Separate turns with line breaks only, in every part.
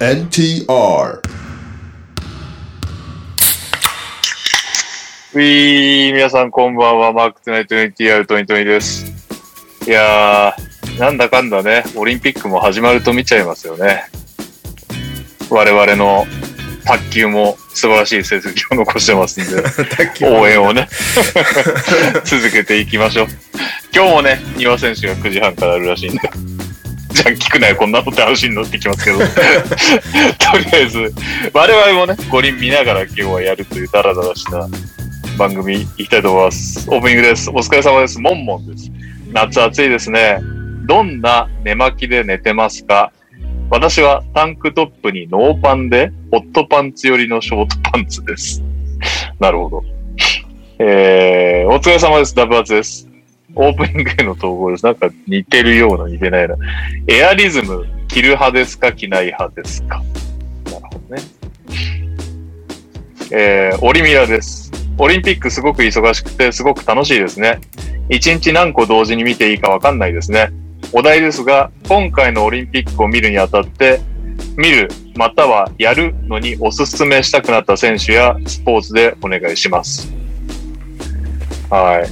NTR
ウィー、皆さんこんばんは、マークトゥナイト NTR トニトニです。いやー、なんだかんだね、オリンピックも始まると見ちゃいますよね。我々の卓球も素晴らしい成績を残してますんで、応援をね、 続けていきましょう。今日もね、丹羽選手が9時半からあるらしいんで、じゃあ聞くなよ、こんなのって話に乗ってきますけど、とり あえず、我々もね、五輪見ながら今日はやるというダラダラした番組いきたいと思います。オープニングです。お疲れ様です。モンモンです。夏暑いですね。どんな寝巻きで寝てますか私はタンクトップにノーパンで、ホットパンツ寄りのショートパンツです。なるほど。えー、お疲れ様です。ダブアツです。オープニングへの投稿です。なんか似てるような似てないな。エアリズム、着る派ですか着ない派ですかなるほどね。えー、オリミラです。オリンピックすごく忙しくてすごく楽しいですね。一日何個同時に見ていいかわかんないですね。お題ですが、今回のオリンピックを見るにあたって、見るまたはやるのにおすすめしたくなった選手やスポーツでお願いします。はい。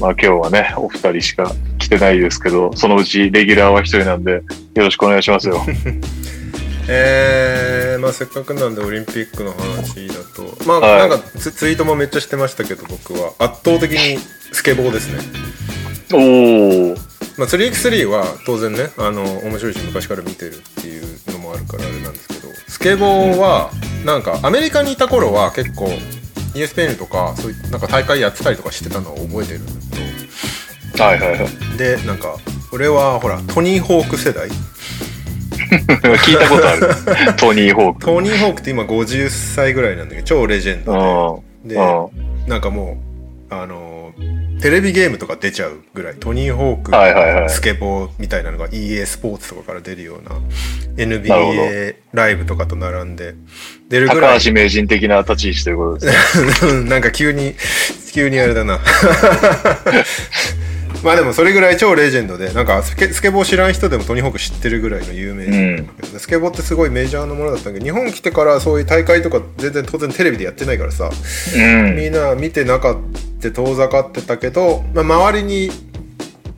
まあ今日はね、お二人しか来てないですけど、そのうちレギュラーは一人なんで、よろしくお願いしますよ。
えー、まあせっかくなんでオリンピックの話だとまあ、
はい
なんかツツイートもめっちゃしてましたけど僕は圧倒的にスケボーですね、
おー。
まあ、3x3 は当然ねあの面白いし昔から見てるっていうのもあるからあれなんですけどスケボーはなんかアメリカにいた頃は結構 ESPN とかそういうなんか大会やってたりとかしてたのを覚えてるんだけど
はいはいはい。
でなんか俺はほらトニー・ホーク世代
聞いたことあ る。トニー・ホーク。
トニー・ホークって今50歳ぐらいなんだけど超レジェンド
う
でで
ん。うん。
なんかもうあのーテレビゲームとか出ちゃうぐらいトニー・ホーク、
はいはいはい
スケボーみたいなのが EA スポーツとかから出るような
なるほど
NBA ライブとかと並んで出るぐら
高
い
橋名人的な立ち位置ということ ですね。
なんか急に急にあれだな まあでもそれぐらい超レジェンドでなんかスケスケボー知らん人でもトニー・ホーク知ってるぐらいの有名人
うん。
スケボーってすごいメジャーなものだったんだけど日本来てからそういう大会とか全然当然テレビでやってないからさ
うん。
みんな見てなかって遠ざかってたけど、まあ、周りに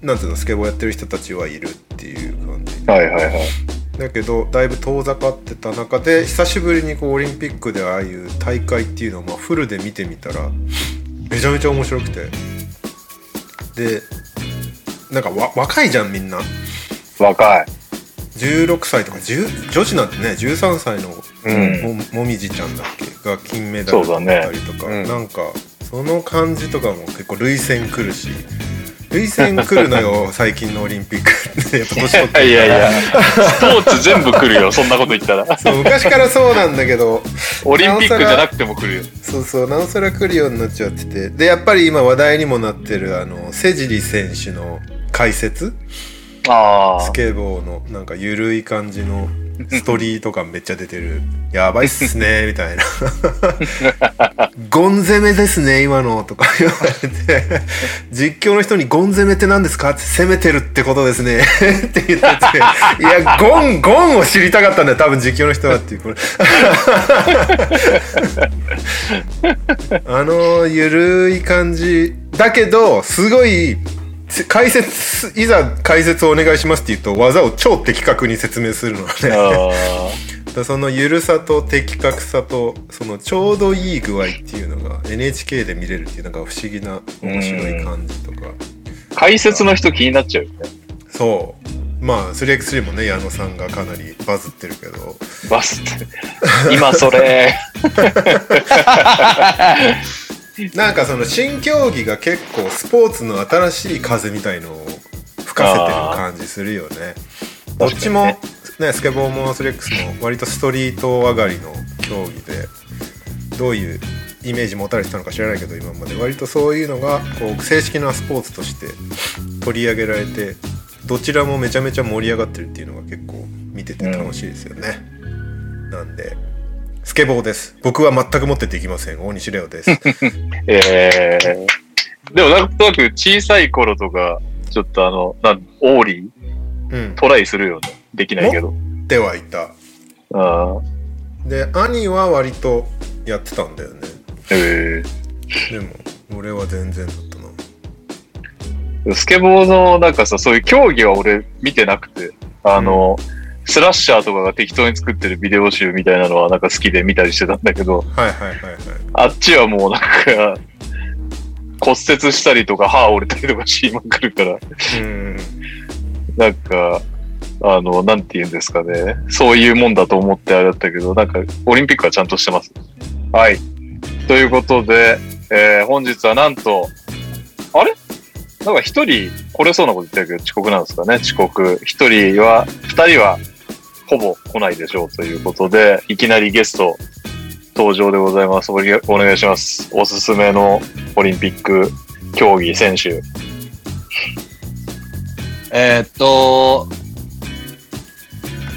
なんていうのスケボーやってる人たちはいるっていう感じ
はいはいはい。
だけどだいぶ遠ざかってた中で久しぶりにこうオリンピックでああいう大会っていうのをまあフルで見てみたらめちゃめちゃ面白くてでなんかわ若いじゃんみんな
若い。
16歳とか10女子なんてね13歳の
うん
も,、もみじちゃんだっけが金メダル
そうだ
取
ね
ったりとか、
うん
なんかその感じとかも結構涙腺来るし涙腺来るの よ最近のオリンピック ってやっぱ年取って
いやいや、スポーツ全部来るよ、そんなこと言ったら。
そう昔からそうなんだけど
オリンピックじゃなくても来るよ。
そうそうなおさら来るようになっちゃっててでやっぱり今話題にもなってるあの瀬尻選手の解説
あ
スケボーのなんか緩い感じのストーリーとかめっちゃ出てるやばいっすねみたいなゴン攻めですね今のとか言われて実況の人にゴン攻めって何ですかって攻めてるってことですね って言ってていやゴンゴンを知りたかったんだよ多分実況の人はっていうこれ あの緩い感じだけどすごいせ解説いざ解説をお願いしますって言うと技を超的確に説明するのはね
あ。
だからその緩さと的確さとそのちょうどいい具合っていうのが NHK で見れるっていうなんか不思議な面白い感じとか
解説の人気になっちゃうよね。
そうまあ 3x3 もね矢野さんがかなりバズってるけど
バスって。今それ。
なんかその新競技が結構スポーツの新しい風みたいのを吹かせてる感じするよねどっちもねスケボーもスレックスも割とストリート上がりの競技でどういうイメージ持たれてたのか知らないけど今まで割とそういうのがこう正式なスポーツとして取り上げられてどちらもめちゃめちゃ盛り上がってるっていうのが結構見てて楽しいですよね、なんでスケボーです僕は全く持ってっていきません大西レオ です
えー。でもなんとなく小さい頃とか、ちょっとあの、なんオーリー
うん
トライするよね。できないけど。
ってはいた
ああ、
で兄は割とやってたんだよね
え
でも俺は全然だったな
えスケボーの、なんかさ、そういう競技は俺見てなくて、あの、スラッシャーとかが適当に作ってるビデオ集みたいなのはなんか好きで見たりしてたんだけど、
はいはいはいはい
あっちはもうなんか、骨折したりとか歯折れたりとかしまくるから、
うん
なんか、あの、なんて言うんですかね。そういうもんだと思ってあれだったけど、なんか、オリンピックはちゃんとしてます。はい。ということで、えー本日はなんと、あれなんか一人来れそうなこと言ってるけど、遅刻なんですかね、遅刻。一人は、二人は、ほぼ来ないでしょうということで、いきなりゲスト登場でございます。おりお願いします。おすすめのオリンピック競技選手。
えーっと、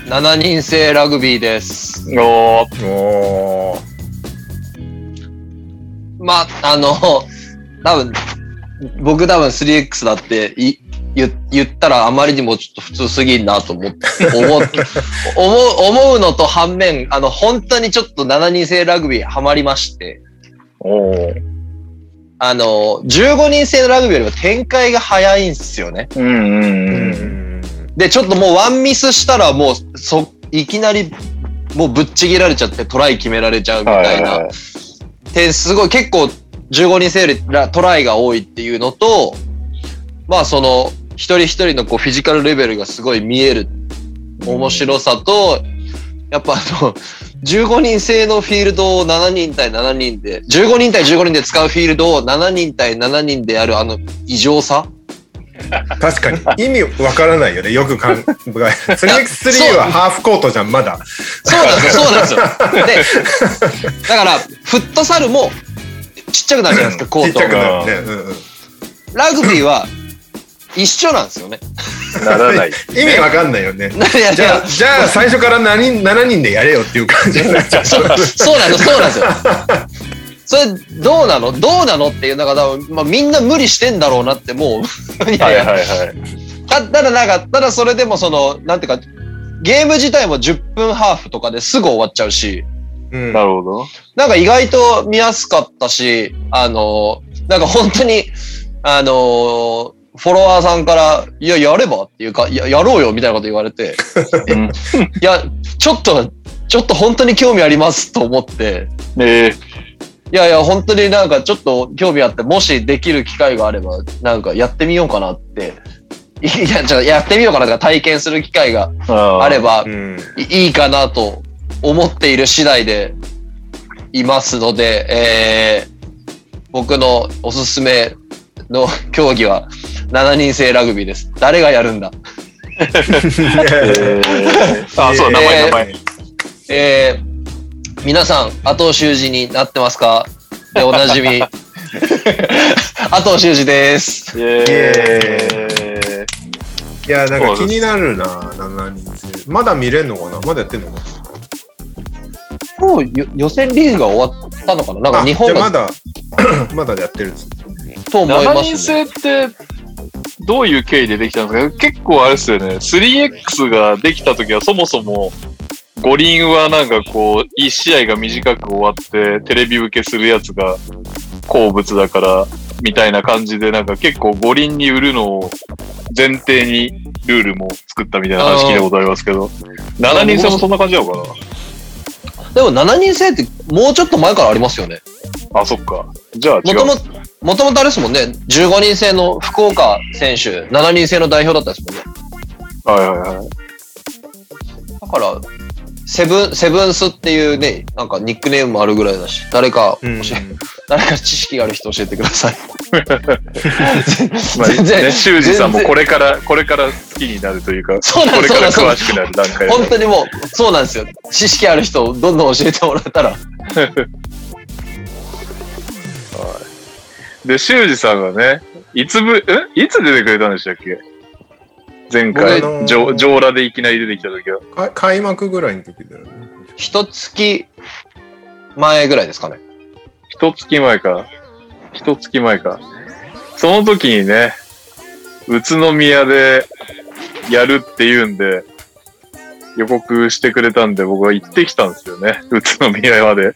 7人制ラグビーです。
おー
おー
まあ、あの、多分、僕多分 3X だってい言言ったらあまりにもちょっと普通すぎんなと思って、 思う、思う思うのと反面、あの、本当にちょっと7人制ラグビーハマりまして、
おー
あの、15人制のラグビーよりも展開が早いんですよね。
うんうん
う
うん。
ん
で、ちょっともうワンミスしたらもう、そ、いきなり、もうぶっちぎられちゃってトライ決められちゃうみ
はい
た
はいい
な
はい。
点数すごい結構15人制よりらトライが多いっていうのと、まあその一人一人のこうフィジカルレベルがすごい見える面白さと、やっぱあの、15人制のフィールドを7人対7人で、15人対15人で使うフィールドを7人対7人でやるあの異常さ
確かに意味わからないよねよく考え 3x3 はハーフコートじゃんまだ
そうなんですよ、そうなんですよ。で、だから、フットサルもちっちゃくなるじゃないですか、コ
ちっ
ート
ちゃ。くなるね、うんうん、
ラグビーは一緒なんですよね。
ならない。
意味わかんないよね
いやい
じ
や
ゃあじゃあ最初から何7人でやれよっていう感じになっちゃう
そうそうなの、そうなんですよ。それ、どうなのどうなのっていう、なんか多分、まあ、みんな無理してんだろうなって、もう、いや
はいい
や、
はいはい。
たただなんか、ただそれでもその、なんていうか、ゲーム自体も10分ハーフとかですぐ終わっちゃうし、
うん
なるほど。
なんか意外と見やすかったし、あの、なんか本当に、あの、フォロワーさんから、いや、やればっていうか、いや、やろうよみたいなこと言われて、
うん
いや、ちょっと、ちょっと本当に興味ありますと思って、
えー
いやいや、本当になんかちょっと興味あって、もしできる機会があれば、なんかやってみようかなって。いや、じゃあやってみようかなとか体験する機会が
あー
あれば
うん
いいいかなと思っている次第でいますので、えー、僕のおすすめの競技は7人制ラグビーです。誰がやるんだ
えー あ、そう、名前、名前。
えー、皆さん、後尾修二になってますかで、おなじ み。後尾修二です。
イエーイ
いやなんか気になるな7人制まだ見れんのかなまだやってんのかな
もうよ予選リーグが終わったのかななんか
あ
日本
じゃあ
が
まだ まだやってるんです
と思い
7
ま
人
すね。
制って、どういう経緯でできたんですか結構あれですよね。3X ができた時はそもそも、五輪はなんかこう、1試合が短く終わって、テレビ受けするやつが好物だから、みたいな感じで、なんか結構五輪に売るのを前提にルールも作ったみたいな話聞いたことありますけど、7人制もそんな感じなのか
でも7人制ってもうちょっと前からありますよね。
なあ、そっか。じゃあ違
も
う。
ともと、もともとあれですもんね。15人制の福岡選手、7人制の代表だったですもんね。
はいはいはい。
だから、セブン、セブンスっていうね、なんかニックネームもあるぐらいだし、誰か、
うん
教え 誰か知識がある人教えてくださ い。
まあ、
全然
ね、修二さんも
全然
これから、これから好きになるというか、
そうなん
こ
で
れ
す
から
そうなん
詳
で
しくなる段階
す
で
本当にもう、そうなんですよ。知識ある人をどんどん教えてもらえたら。
で、修二さんはね、いつぶ、えいつ出てくれたんでしたっけ前
僕
回、
あのー
上上裸でいきなり出てきた時は。
か開幕ぐらいの時だよね
一月前ぐらいですかね。
一月前か。一月前か。その時にね、宇都宮でやるっていうんで、予告してくれたんで、僕は行ってきたんですよね。宇都宮まで。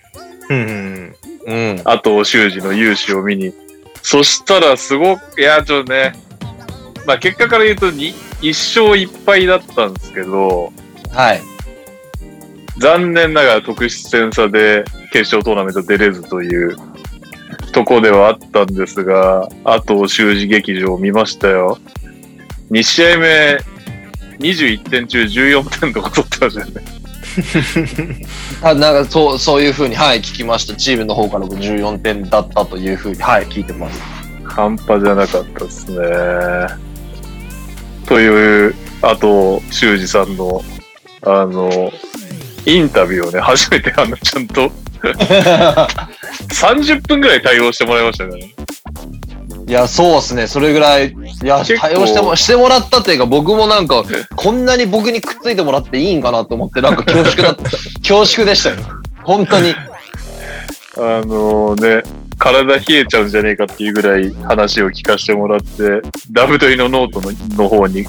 うん。
うん。
あと、修二の勇姿を見に。そしたら、すごく、いや、ちょっとね、まあ、結果から言うとに、1勝1敗だったんですけど、
はい。
残念ながら特殊戦差で決勝トーナメント出れずというとこではあったんですが、あと修二劇場を見ましたよ。2試合目、21点中14点とか取ってましたよね。
あなんかそうそういうふうに、はい、聞きました。チームの方からも14点だったというふうに、はい、聞いてます。
半端じゃなかったですね。という、あと、修二さんの、あの、インタビューをね、初めてあの、ちゃんと30分ぐらい対応してもらいましたからね。
いや、そうですね。それぐらい、いや、
結構
対応しても、してもらったっていうか、僕もなんか、こんなに僕にくっついてもらっていいんかなと思って、なんか恐縮 だった、恐縮でしたよ。本当に。
あのね、体冷えちゃうんじゃねえかっていうぐらい話を聞かせてもらって、ダブドリのノートのの方に、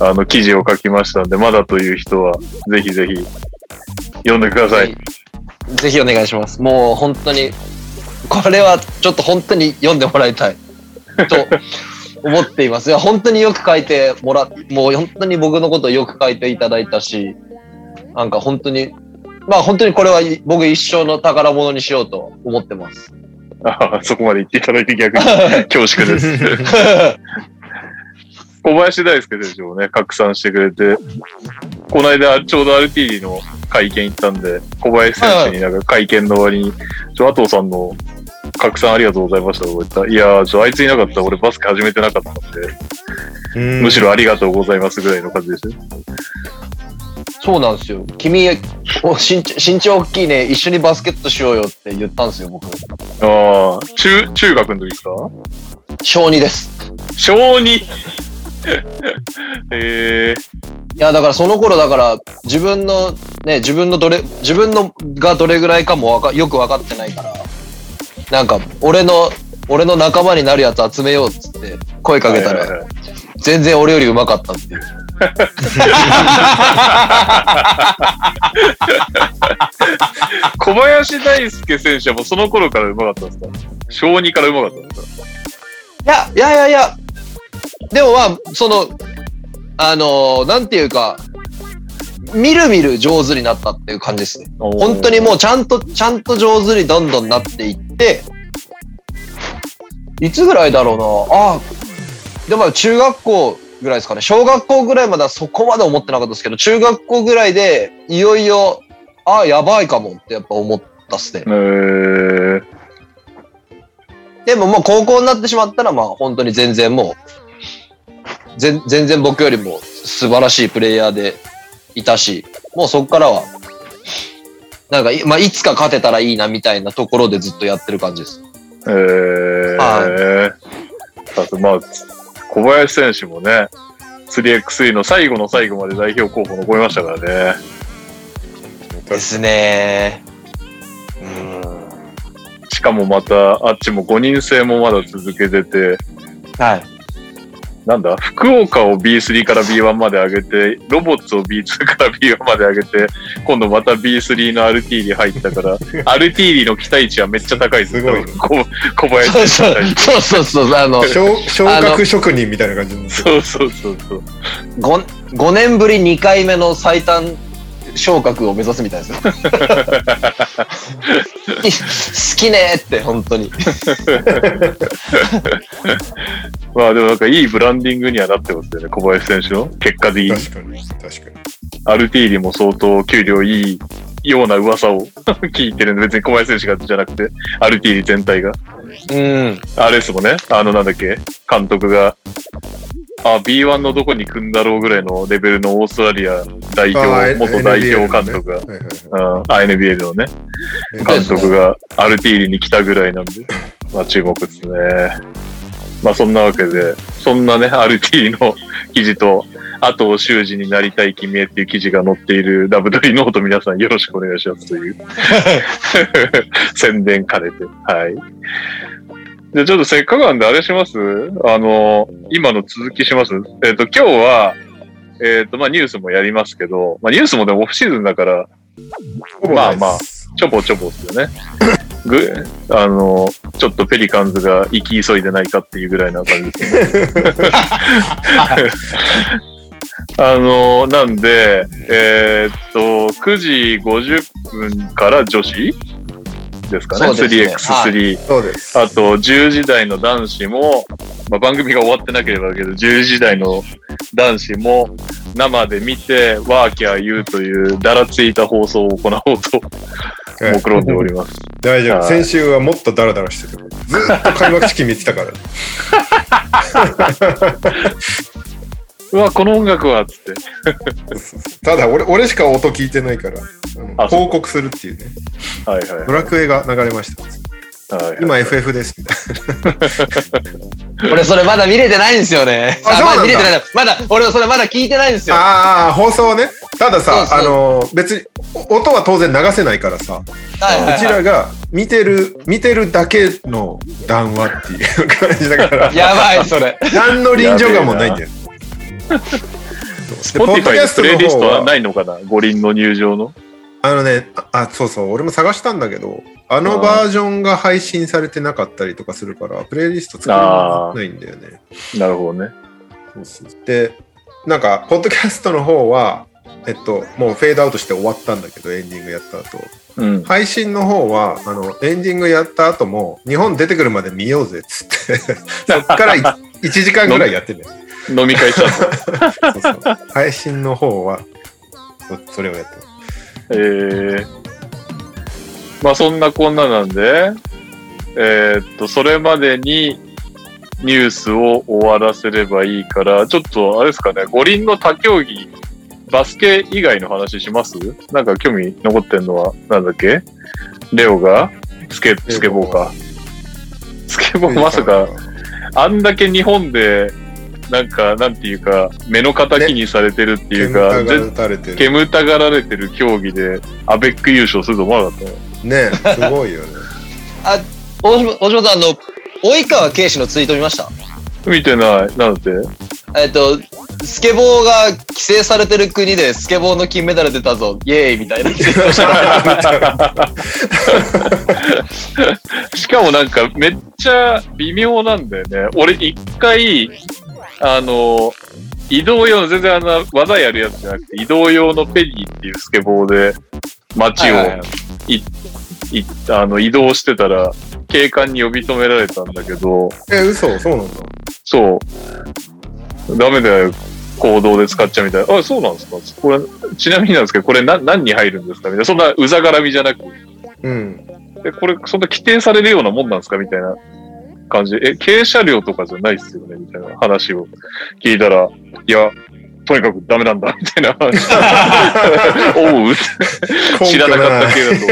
あの、記事を書きましたんで、まだという人は、ぜひぜひ、読んでください。
ぜひお願いします。もう本当に、これはちょっと本当に読んでもらいたい。と思っています。いや、本当によく書いてもら、もう本当に僕のことをよく書いていただいたし、なんか本当に、まあ本当にこれはい僕一生の宝物にしようと思ってます。
ああ、そこまで言っていただいて逆に恐縮です。 小林大輔選手をね、拡散してくれて、この間、ちょうど RT の会見行ったんで、小林選手になんか会見の終わりに、ちょ、阿藤さんの拡散ありがとうございましたとか言った。いやー、ちょ、あいついなかったら俺バスケ始めてなかったんで、
うん
むしろありがとうございますぐらいの感じでした。
そうなんですよ。君、お身長身長大きいね、一緒にバスケットしようよって言ったんですよ、僕。
ああ、中、中学の時ですか
小2です。
小 2! えー、
いや、だからその頃、だから、自分の、ね、自分のどれ、自分のがどれぐらいかもわか、よく分かってないから、なんか、俺の、俺の仲間になるやつ集めようっつって声かけた
はいはい
ら、
はい
全然俺より上手かったっていう。
小林大輔選手はもうその頃から上手かったんですか小2から上手かったんですか
いや、いやいやいや、でもまあ、その、あのーなんていうか、みるみる上手になったっていう感じですね。本当にもうちゃんと、ちゃんと上手にどんどんなっていって、いつぐらいだろうな。ああ、でも中学校ぐらいですかね。小学校ぐらいまではそこまで思ってなかったですけど、中学校ぐらいで、いよいよ、ああ、やばいかもってやっぱ思ったっすね
え。ー、
でももう高校になってしまったら、まあ本当に全然もう、全全然僕よりも素晴らしいプレイヤーでいたし、もうそこからは、なんかい、まあ、いつか勝てたらいいなみたいなところでずっとやってる感じです。
えー、
は
だってまあ、小林選手もね、3x3 の最後の最後まで代表候補残りましたからね。
ですね
しかもまた、あっちも5人制もまだ続けてて、
はい。
なんだ、福岡を B3 から B1 まで上げて、ロボッツを B2 から B1 まで上げて、今度また B3 の RT に入った から、RT の期待値はめっちゃ高いです
すごい
多分こ小林
そう
選手
そ
に対
う
して
そうそうそう、あの、
昇昇格職人みたいな感じになってる
そうそうそうそう。
5, 5年ぶり2回目の最短昇格を目指すみたいですよ。好きねーって、本当に。
まあでもなんかいいブランディングにはなってますよね、小林選手の結果的に。
確かに確かに
アルティーリも相当給料いいような噂を 聞いてるんで、別に小林選手がじゃなくて、アルティーリ全体が。
うん。
RS もね、あのなんだっけ、監督が、あ、B1 のどこに行くんだろうぐらいのレベルのオーストラリア代
あ
表、
ー
元
NBA
代表監督が、
はいはいはい
うん、INBL のね、
ね
そうで
監
すね
督がアルティーリに来たぐらいなんで、まあ注目ですね。まあそんなわけで、そんなね、アルティーリの記事と、あと修二になりたい君へっていう記事が載っているダブドリノート皆さんよろしくお願いしますという 宣伝兼ねて、はい。じゃあちょっとせっかくなんであれしますあの、今の続きしますえっ、と、今日は、えっ、と、まあニュースもやりますけど、まあニュースもでもオフシーズンだから、まあまあ、ちょぼちょぼですよね。ぐ、あの、ちょっとペリカンズが行き急いでないかっていうぐらいな感じですね。あの、なんで、えっと、9時50分から女子ですかね。
そうですね
3x3。
そうです。
あと、10時台の男子も、まあ、番組が終わってなければだけど、10時台の男子も生で見て、ワーキャー言うという、だらついた放送を行おうと
はい
目論んでおります。
大丈
は
夫。
い
先週はもっとダラダラしてて、ずっと開幕式見てたから。
うわ、この音楽はっつって。
ただ俺、俺しか音聞いてないから、あの
あそう
報告するっていうね。
はいはい
ドラクエが流れました。
はいはい。
今 FF ですみたい
俺それまだ見れてないんですよね。
あそうなんだ
まだ見れてないの。まだ、俺それまだ聞いてないんですよ。
な。ああ、放送ね。たださ、
そうそう
あのー、別に、お音は当然流せないからさ、う
はいはいはい
ちらが見てる、見てるだけの談話っていう感じだ から、
やばい、それ。
何の臨場感もないんだよ。
ス
で
ポ
ポ
ティ
ッド
フ
キ
ァイ
ャ
の
ス
プ
トの
レイリスト
方
は
は
ないのかな五輪の入場の。
あのね、あ、あそうそう、俺も探したんだけど、あのバージョンが配信されてなかったりとかするから、プレイリスト作れないんだよね。
なるほどね。
で、なんか、ポッドキャストの方は、えっと、もうフェードアウトして終わったんだけど、エンディングやった後。
うん。
配信の方は、あの、エンディングやった後も、日本出てくるまで見ようぜっつって、そっからい1時間ぐらいやってんだよ。
飲み会したと。
そうそう配信の方は、そそれをやってる。
えー、まあそんなこんななんで、えーっと、それまでにニュースを終わらせればいいから、ちょっとあれですかね、五輪の他競技、バスケ以外の話しますなんか興味残ってんのは、なんだっけレオがスケ、スケボーか。スケボーまさか、あんだけ日本で、なんか、なんていうか、目の敵にされてるっていう
煙
か、
たが打たれてる。
煙たがられてる競技でアベック優勝すると思わなかっ
ねすごいよね。
あ、大島大島さん、あの、及川圭司のツイート見ました
た見てないなん て
えっと、スケボーが規制されてる国でスケボーの金メダル出たぞ、イエーイみたいな。
しかもなんかめっちゃ微妙なんだよね俺一回あの移動用の全然あの技やるやつじゃなくて移動用のペリーっていうスケボーで街を、
はいはいはい
いあの移動してたら警官に呼び止められたんだけど
え、嘘そうなんだ。
そう。ダメだよ。行動で使っちゃうみたいな。あ、そうなんですかこれ、ちなみになんですけど、これな何に入るんですかみたいな。そんなうざがらみじゃなく。
うん。
え、これ、そんな規定されるようなもんなんですかみたいな感じで。え、軽車両とかじゃないっすよねみたいな話を聞いたら、いや、とにかくダメなんだ、みたいな話。おう知らなかった
根拠
けれど。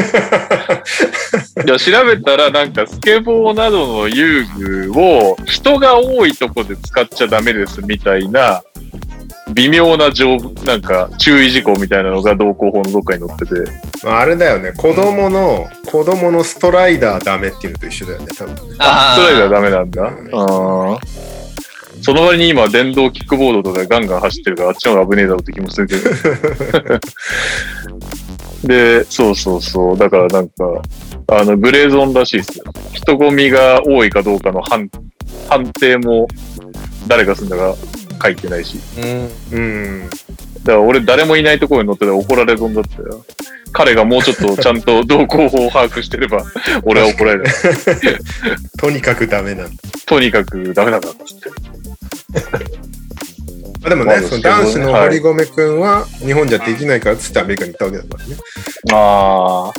いや、調べたらなんかスケボーなどの遊具を人が多いとこで使っちゃダメですみたいな微妙な条なんか注意事項みたいなのが同行法のどっかに載ってて。
まああれだよね、子供の、子供のストライダーダメっていうのと一緒だよね、多分ね。
あ、
あ
それが
ー
ダメなんだ。あーその割に今電動キックボードとかガンガン走ってるからあっちの方が危ねえだろうって気もする けど。で、そうそうそう。だからなんか、あの、グレーゾーンらしいですよ。人混みが多いかどうかの判判定も誰がするんだか書いてないし。
うん。
だから俺誰もいないところに乗ってたら怒られ損だったよ。彼がもうちょっとちゃんと動向法を把握してれば、俺は怒られる。
とにかくダメなんだ。
とにかくダメなんだっつって。
まあでも
ま
ね、
あ
その男子の
はい
堀米くんは日本じゃできないからっつってアメリカに行ったわけだからね。
ああ。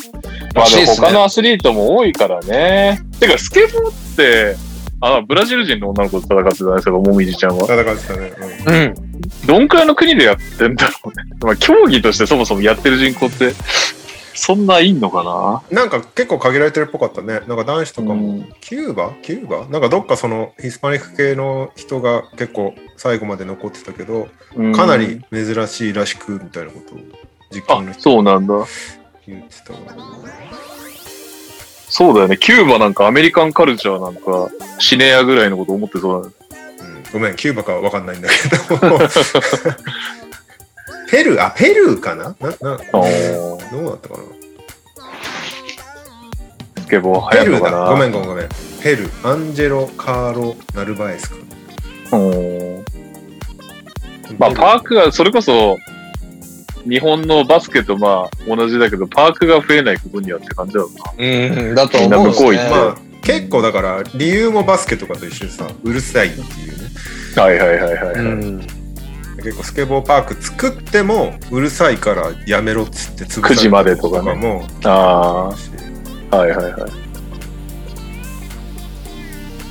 ま
ら
あ
しいっ
ですも他
ね
のアスリートも多いからね。てか、スケボーって、あブラジル人の女の子と戦ってたんですけど、もみじちゃんは。
戦ってたね。うん
うん。どんくらいの国でやってんだろうね。 まあ、競技としてそもそもやってる人口って、そんないんのかな
なんか結構限られてるっぽかったね。なんか男子とか
う
も、
ん
キューバキューバなんかどっかそのヒスパニック系の人が結構最後まで残ってたけど、
うん
かなり珍しいらしくみたいなことを実
あ
況の、人
そうなんだ。
言ってたわ。
そうだよね。キューバなんかアメリカンカルチャーなんか、シネアぐらいのこと思ってそうだね。
うんごめん、キューバかわかんないんだけど。 ペルー、あ、ペルーかなな、な、
おー
どうだったかな
スケボー
ペ
流
ル
行
ー
るの
だ。ご
か
めんごめんごめん。ペルー、アンジェロ・カーロ・ナルバエスか。
なおーまあパークがそれこそ日本のバスケとまあ同じだけどパークが増えないことにはって感じだろうな
うん、だと思
み
う、
ん
ね。
な向こう行って
まあ結構だから理由もバスケとかと一緒でさうるさいっていうね
はいはいはいはい、はい
うん。
結構スケボーパーク作ってもうるさいからやめろっつって潰
9時までとかね
も
ああはいはいはい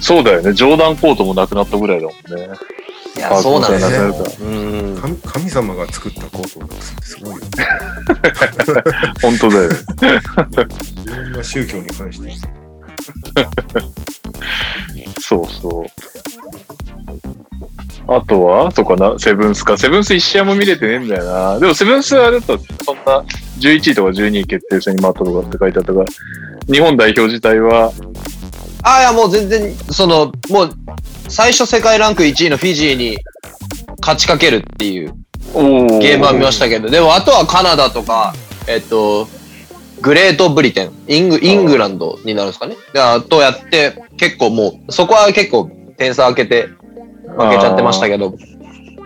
そうだよね上段コートもなくなったぐらいだもんね
い
パー
や、
ク
そうなん
みた
だ
い
よ。
なくなるか
うん。
神神様が作ったコートなんですすごいよね
ら本当だよね
いろんな宗教に関して
そうそう。あとはそこかな、セブンスか。セブンス1試合も見れてねえんだよな。でもセブンスはあれだと、そんな11位とか12位決定戦に回ったとかって書いてあったから、日本代表自体は、
あ、いや、もう全然、その、もう、最初世界ランク1位のフィジーに勝ちかけるっていう
お。
ゲームは見ましたたけど、でもあとはカナダとか、えっと、グレートブリテン、イングイングランドになるんですかね。であとやって、結構もう、そこは結構点差開けて、負けちゃってましたけど、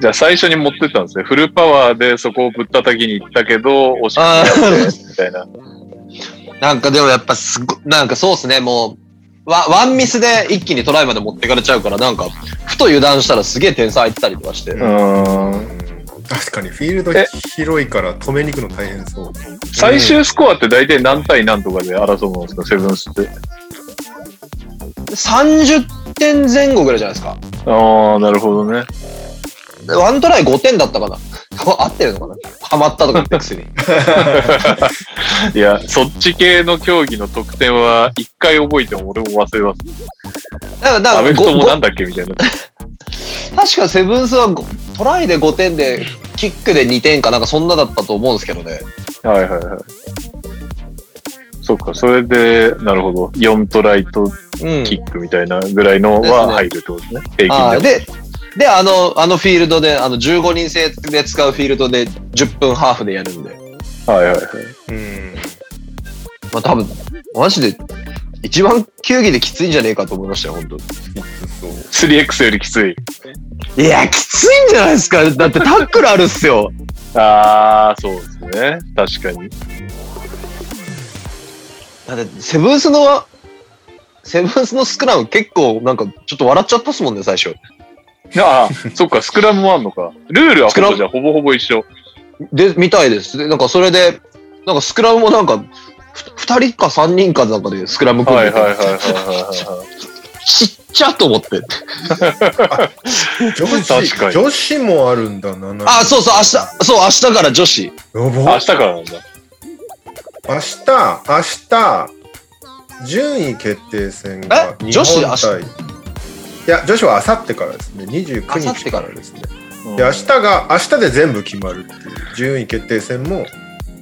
じゃあ最初に持ってったんですね。フルパワーでそこをぶったたきに行ったけど、惜しくなって、みたいな。
なんかでもやっぱすご、なんかそうっすね、もう、ワワンミスで一気にトライまで持ってかれちゃうから、なんか、ふと油断したらすげえ点差開いてたりとかして。
うーん。
確かにフィールド
え
広いから止めに行くの大変そう
最終スコアって大体何対何とかで争うもんですか、セブンスって。
30点前後ぐらいじゃないですか。
ああ、なるほどね。
でワントライ5点だったかな。 これ合ってるのかなハマったとか言ってくせに。
いや、そっち系の競技の得点は一回覚えても俺も忘れます。
だから、だ
ア
から
メフト
ご
も
ご
なんだっけみたいな。
確かセブンスはごトライで5点で、キックで2点かなんかそんなだったと思うんですけどね。
はいはいはい。そっか、それで、なるほど。4トライと
うん
キ。ックみたいなぐらいの
です
は
ね
入るってことですね。平
あー
均で
で、で、あの、あのフィールドで、あの15人制で使うフィールドで10分ハーフでやるんで。
も。はいはいはい。
うん
まあ多分、マジで、一番球技できついんじゃねえかと思いましたよ、本当
3X よりきつい。
いや、きついんじゃないですか。だってタックルあるっすよ。
あー、そうですね。確かに。
だって、セブンスの、セブンスのスクラム結構なんかちょっと笑っちゃったっすもんね、最初。
あー、そっか、スクラムもあんのか。ルールは
スク
ほ
ラ
ぼ
ム
じゃあほぼほぼ一緒。
で、みたいです。で、なんかそれで、なんかスクラムもなんか、ふ二人か三人かなんかでスクラム組ん
はい
で
はい
て、
はいはいはいはい。
ちっちゃと思って。
確か
女子
に
女子もあるんだな
あ、そうそう、明日、そう、明日から女子。
うや
あ
ば
明日からなんだ。
明日明日順位決定戦が
え
日
女子
本対いや女子は明後日からですね29
明後
日
日
か
から
らですね
うん
で明日が明日で全部決まるっていう順位決定戦も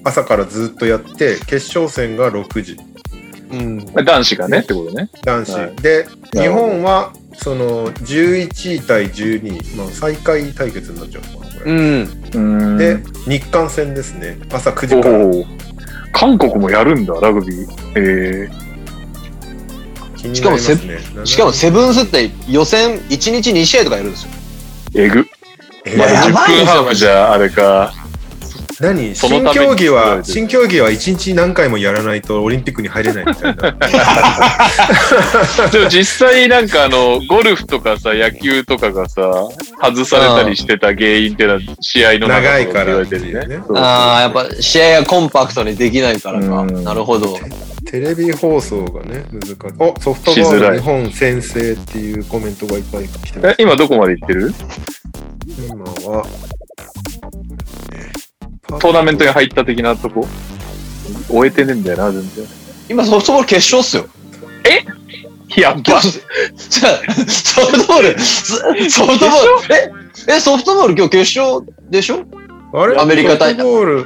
朝からずっとやって決勝戦が6時
うん。
男子がねってことね。
男子、
はい
で
な
日
るほど
本はその11位対12位、まあ、最下位対決になっちゃうのかなこれ、
うん。
うーん
で日韓戦ですね朝9時から
おお韓国もやるんだラグビーえ
気になりますね
しかもセブンスって予選1日2試合とかやるんですよ。
ー、えぐ
え
まだ10
や
分
ばいですよ
ハーフじゃあれか
何
その
新
ために
競技
作
は
られ
新
てる
競技は1日何回もやらないとオリンピックに入れないみたいな
でも実際なんかあのゴルフとかさ野球とかがさ外されたりしてた原因っていうのは試合の中
長いか
と言わ
らっ
れ
て
て
い
る
う
ね
ね
そう
ああ、やっぱ試合がコンパクトにできないからか。
うん
なるほど。
テレビ放送がね難しいおソフトボ
しづ
ー
ら
ル
い
日本先生っていうコメントがいっぱい来てます
え今どこまで行ってる
今は
トーナメントに入った的なとこ終えてねえんだよな全然
今ソフトボール決勝っすよ。
やっ
じゃあ、
ぱ
ソフトボール、ソソフトボール、え、え、ソフトボール今日決勝でしょ
あれ
アメリカ対
ソフトボール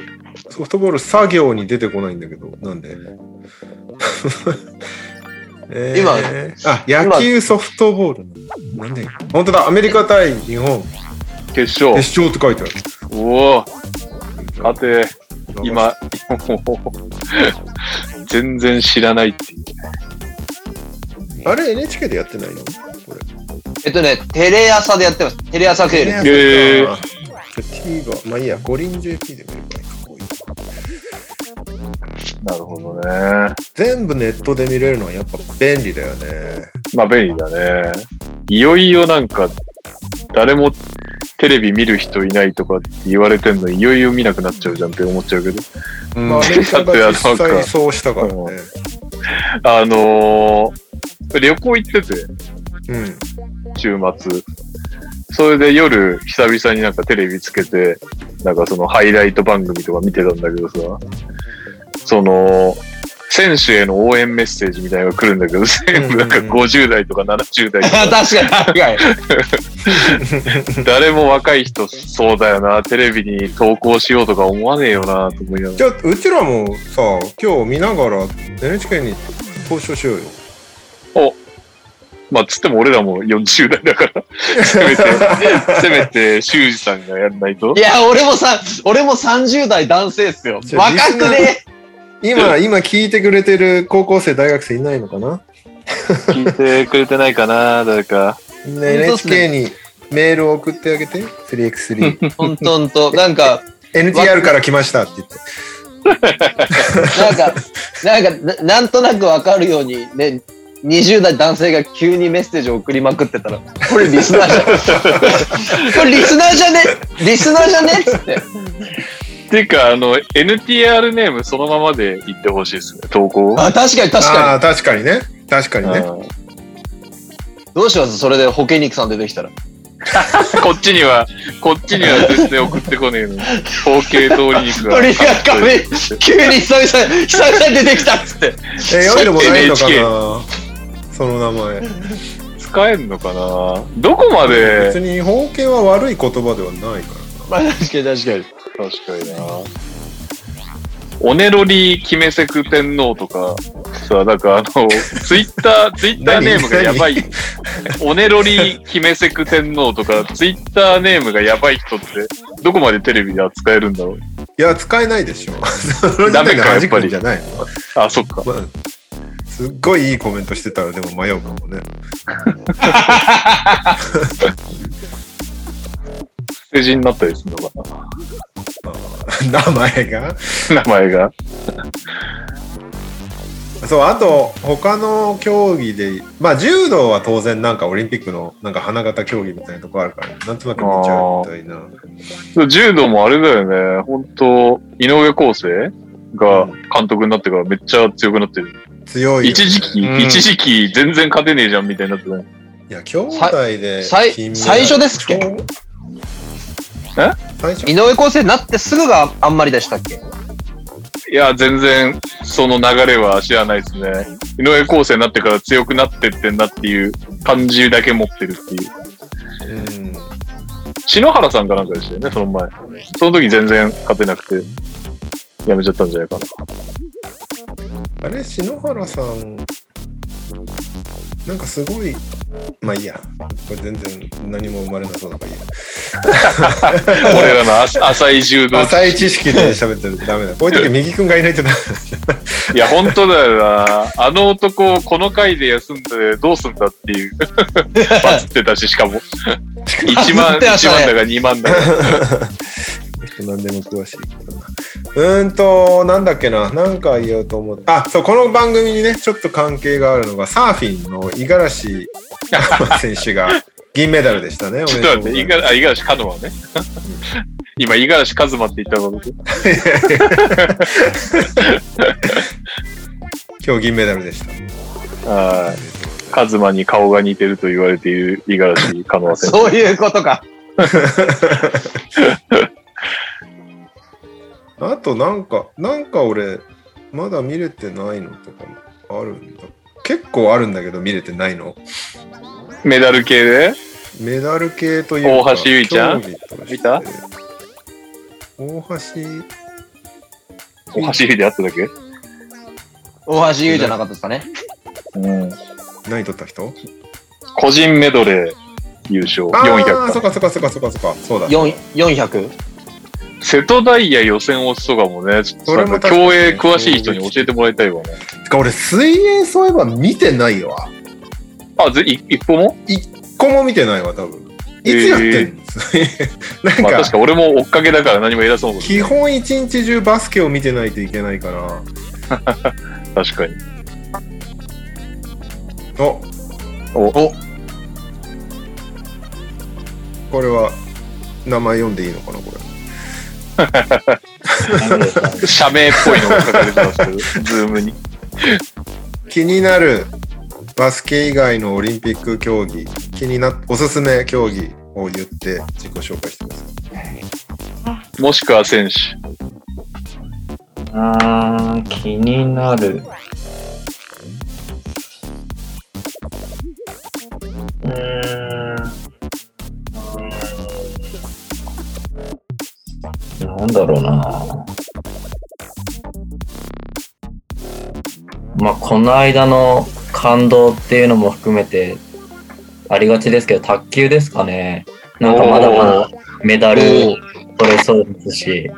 ソフトボール作業に出てこないんだけどなんで えーあ野球ソフトボールなんで本当だアメリカ対日本
決勝
決勝って書いてある
おおさて、今、 全然知らないっていう。
あれ NHK でやってないのこれ。
えっとね、テレ朝でやってます。テレ朝系列。
え
ー、TVer。まあいいや、五輪 JP でもいいからこういう
なるほどね。
全部ネットで見れるのはやっぱ便利だよね。
まあ便利だね。いよいよなんか、誰もテレビ見る人いないとかって言われてんの、いよいよ見なくなっちゃうじゃんって思っちゃうけど。
うん
まあ、アメリ
だっ
カが実
てなん
際
か
そうしたからね。
あのー旅行行ってて、
うん。
週末。それで夜、久々になんかテレビつけて、なんかそのハイライト番組とか見てたんだけどさ、その、選手への応援メッセージみたいなのが来るんだけど、全部なんか
うんうんうん
50代とか70代とか
確かに、確かに。
誰も若い人そうだよな、テレビに投稿しようとか思わねえよな、と思いなが
じゃあ、うちらもさ、今日見ながら NHK に投資をしようよ。
ら。まあ、つっても俺らも40代だ から、せめて、せめて、修二さんがやんないと
い。や、俺もさ、俺も30代男性っすよ
ち。ょ
若くね
今、今聞いてくれてる高校生、大学生いないのかな
聞いてくれてないかな、誰か。
みんな
当っすね
NHK にメールを送ってあげて。3x3。
ほんとほんと。なんか、
NTR から来ましたって言って。
なんか、なんか、ななんとなくわかるように、ね、20代男性が急にメッセージを送りまくってたら、これリスナーじ ゃ、これリスナーじゃねリスナーじゃねっつって。
っていうか、あの、NTR ネームそのままで言ってほしいですね、投稿。
あ、確かに確か
ああー、確かにね。確かにね。
うん
に。どうしますそれで保険肉さん出てきたら。
こっちには、こっちには絶対送ってこねえのに。統計通り肉が。
鳥が壁急に久々、久々に出てきたっつって。
え、読んでもないのか
NHK
なその名前。
使えんのかなどこまで
別に方形は悪い言葉ではないか
まあ確かに確か
確
に。
かにな。オネロリーキメセク天皇とか、さ、なんかあの、ツイッター、ツイッターネームがやばい。オネロリーキメセク天皇とか、ツイッターネームがやばい人って、どこまでテレビで扱えるんだろう。
ら。いや、使えないでし ょ。その時
ダメ
点
かや
で
っぱり
弾くんじゃないの、
あ、そっか。
まあ、すっごいいいコメントしてたらでも迷うかもね。
捨て字になったりするのか
名前が。
な。名前が。
そう、あと、他の競技で、まあ、柔道は当然なんかオリンピックのなんか花形競技みたいなとこあるから、なんとなく見ちゃうみたいな。
柔道もあれだよね。本当井上康生が監督になってからめっちゃ強くなってる。
強いよね、
一時期、
うん
一時期全然勝てねえじゃんみたいになってたね
いや、兄弟で
さい
金メダル
最初ですっけ
え
最初
井上康生になってすぐがあんまりでしたっけ
いや、全然その流れは知らないですね。井上康生になってから強くなってってんなっていう感じだけ持ってるっていう。
うん。
篠原さんかなんかでしたよね、その前。その時全然勝てなくて、やめちゃったんじゃないか な。
あれ、篠原さん、なんかすごい、まあいいや、これ全然何も生まれなそうだからいいや。
俺らの浅浅い柔道
浅い知識で喋ってるとダメだ。こういう時右くんがいないとダ メ
いや、本当だよな。あの男をこの回で休んでどうすんだっていう。 バズってたし、しかも。1
バズ
万、
ってまし
1
たね
万だか2万だか。
だ。何でも詳しいからな。うーんと、なんだっけな、なんか言おうと思った。あ、そう、この番組にね、ちょっと関係があるのが、サーフィンの五十 嵐選手が銀メダルでしたね。
ちょっと待って、
おめ
い
で
が
う
ら、あ、いがらしかずまね。 今、いがらしかずまって言ったの僕
今日銀メダルでした。
はい。かずまに顔が似てると言われているいがらしかのわ選手。
そういうことか。
あとなんか、なんか俺、まだ見れてないのとかもあるんだ。結構あるんだけど、見れてないの。
メダル系で
メダル系というか。
大橋悠依ちゃん
競技として
見た
大橋、
お走りであっただけ
大橋優じゃなかったですかね。
うん。
何取った人
個人メドレー優勝。
ああー、
400
そっかそっかそっかそっかそっか。そうだ。
4 400?
瀬戸大也予選落ちとかもね、ちょっとなんか
そ
競
れも確かに
泳詳しい人に教えてもらいたいわね。
てか俺、水泳そういえば見てないわ。
あ、ぜ一一歩も
一個も見てないわ、多分。いつやってんの、水泳
まあ
なん
確
か、
か俺も追っかけだから何も偉そうなこ
基本一日中バスケを見てないといけないから。
と確かに。
お
お
これは、名前読んでいいのかな、これ。
社名っぽいのが書かれてますけど、ズームに。
気になるバスケ以外のオリンピック競技気になおすすめ競技を言って自己紹介してください
もしくは選手。
うーん、気になる。うーん。なんだろうな。まあ、この間の感動っていうのも含めて、ありがちですけど、卓球ですかね。なんかまだまだメダル取れそうですし、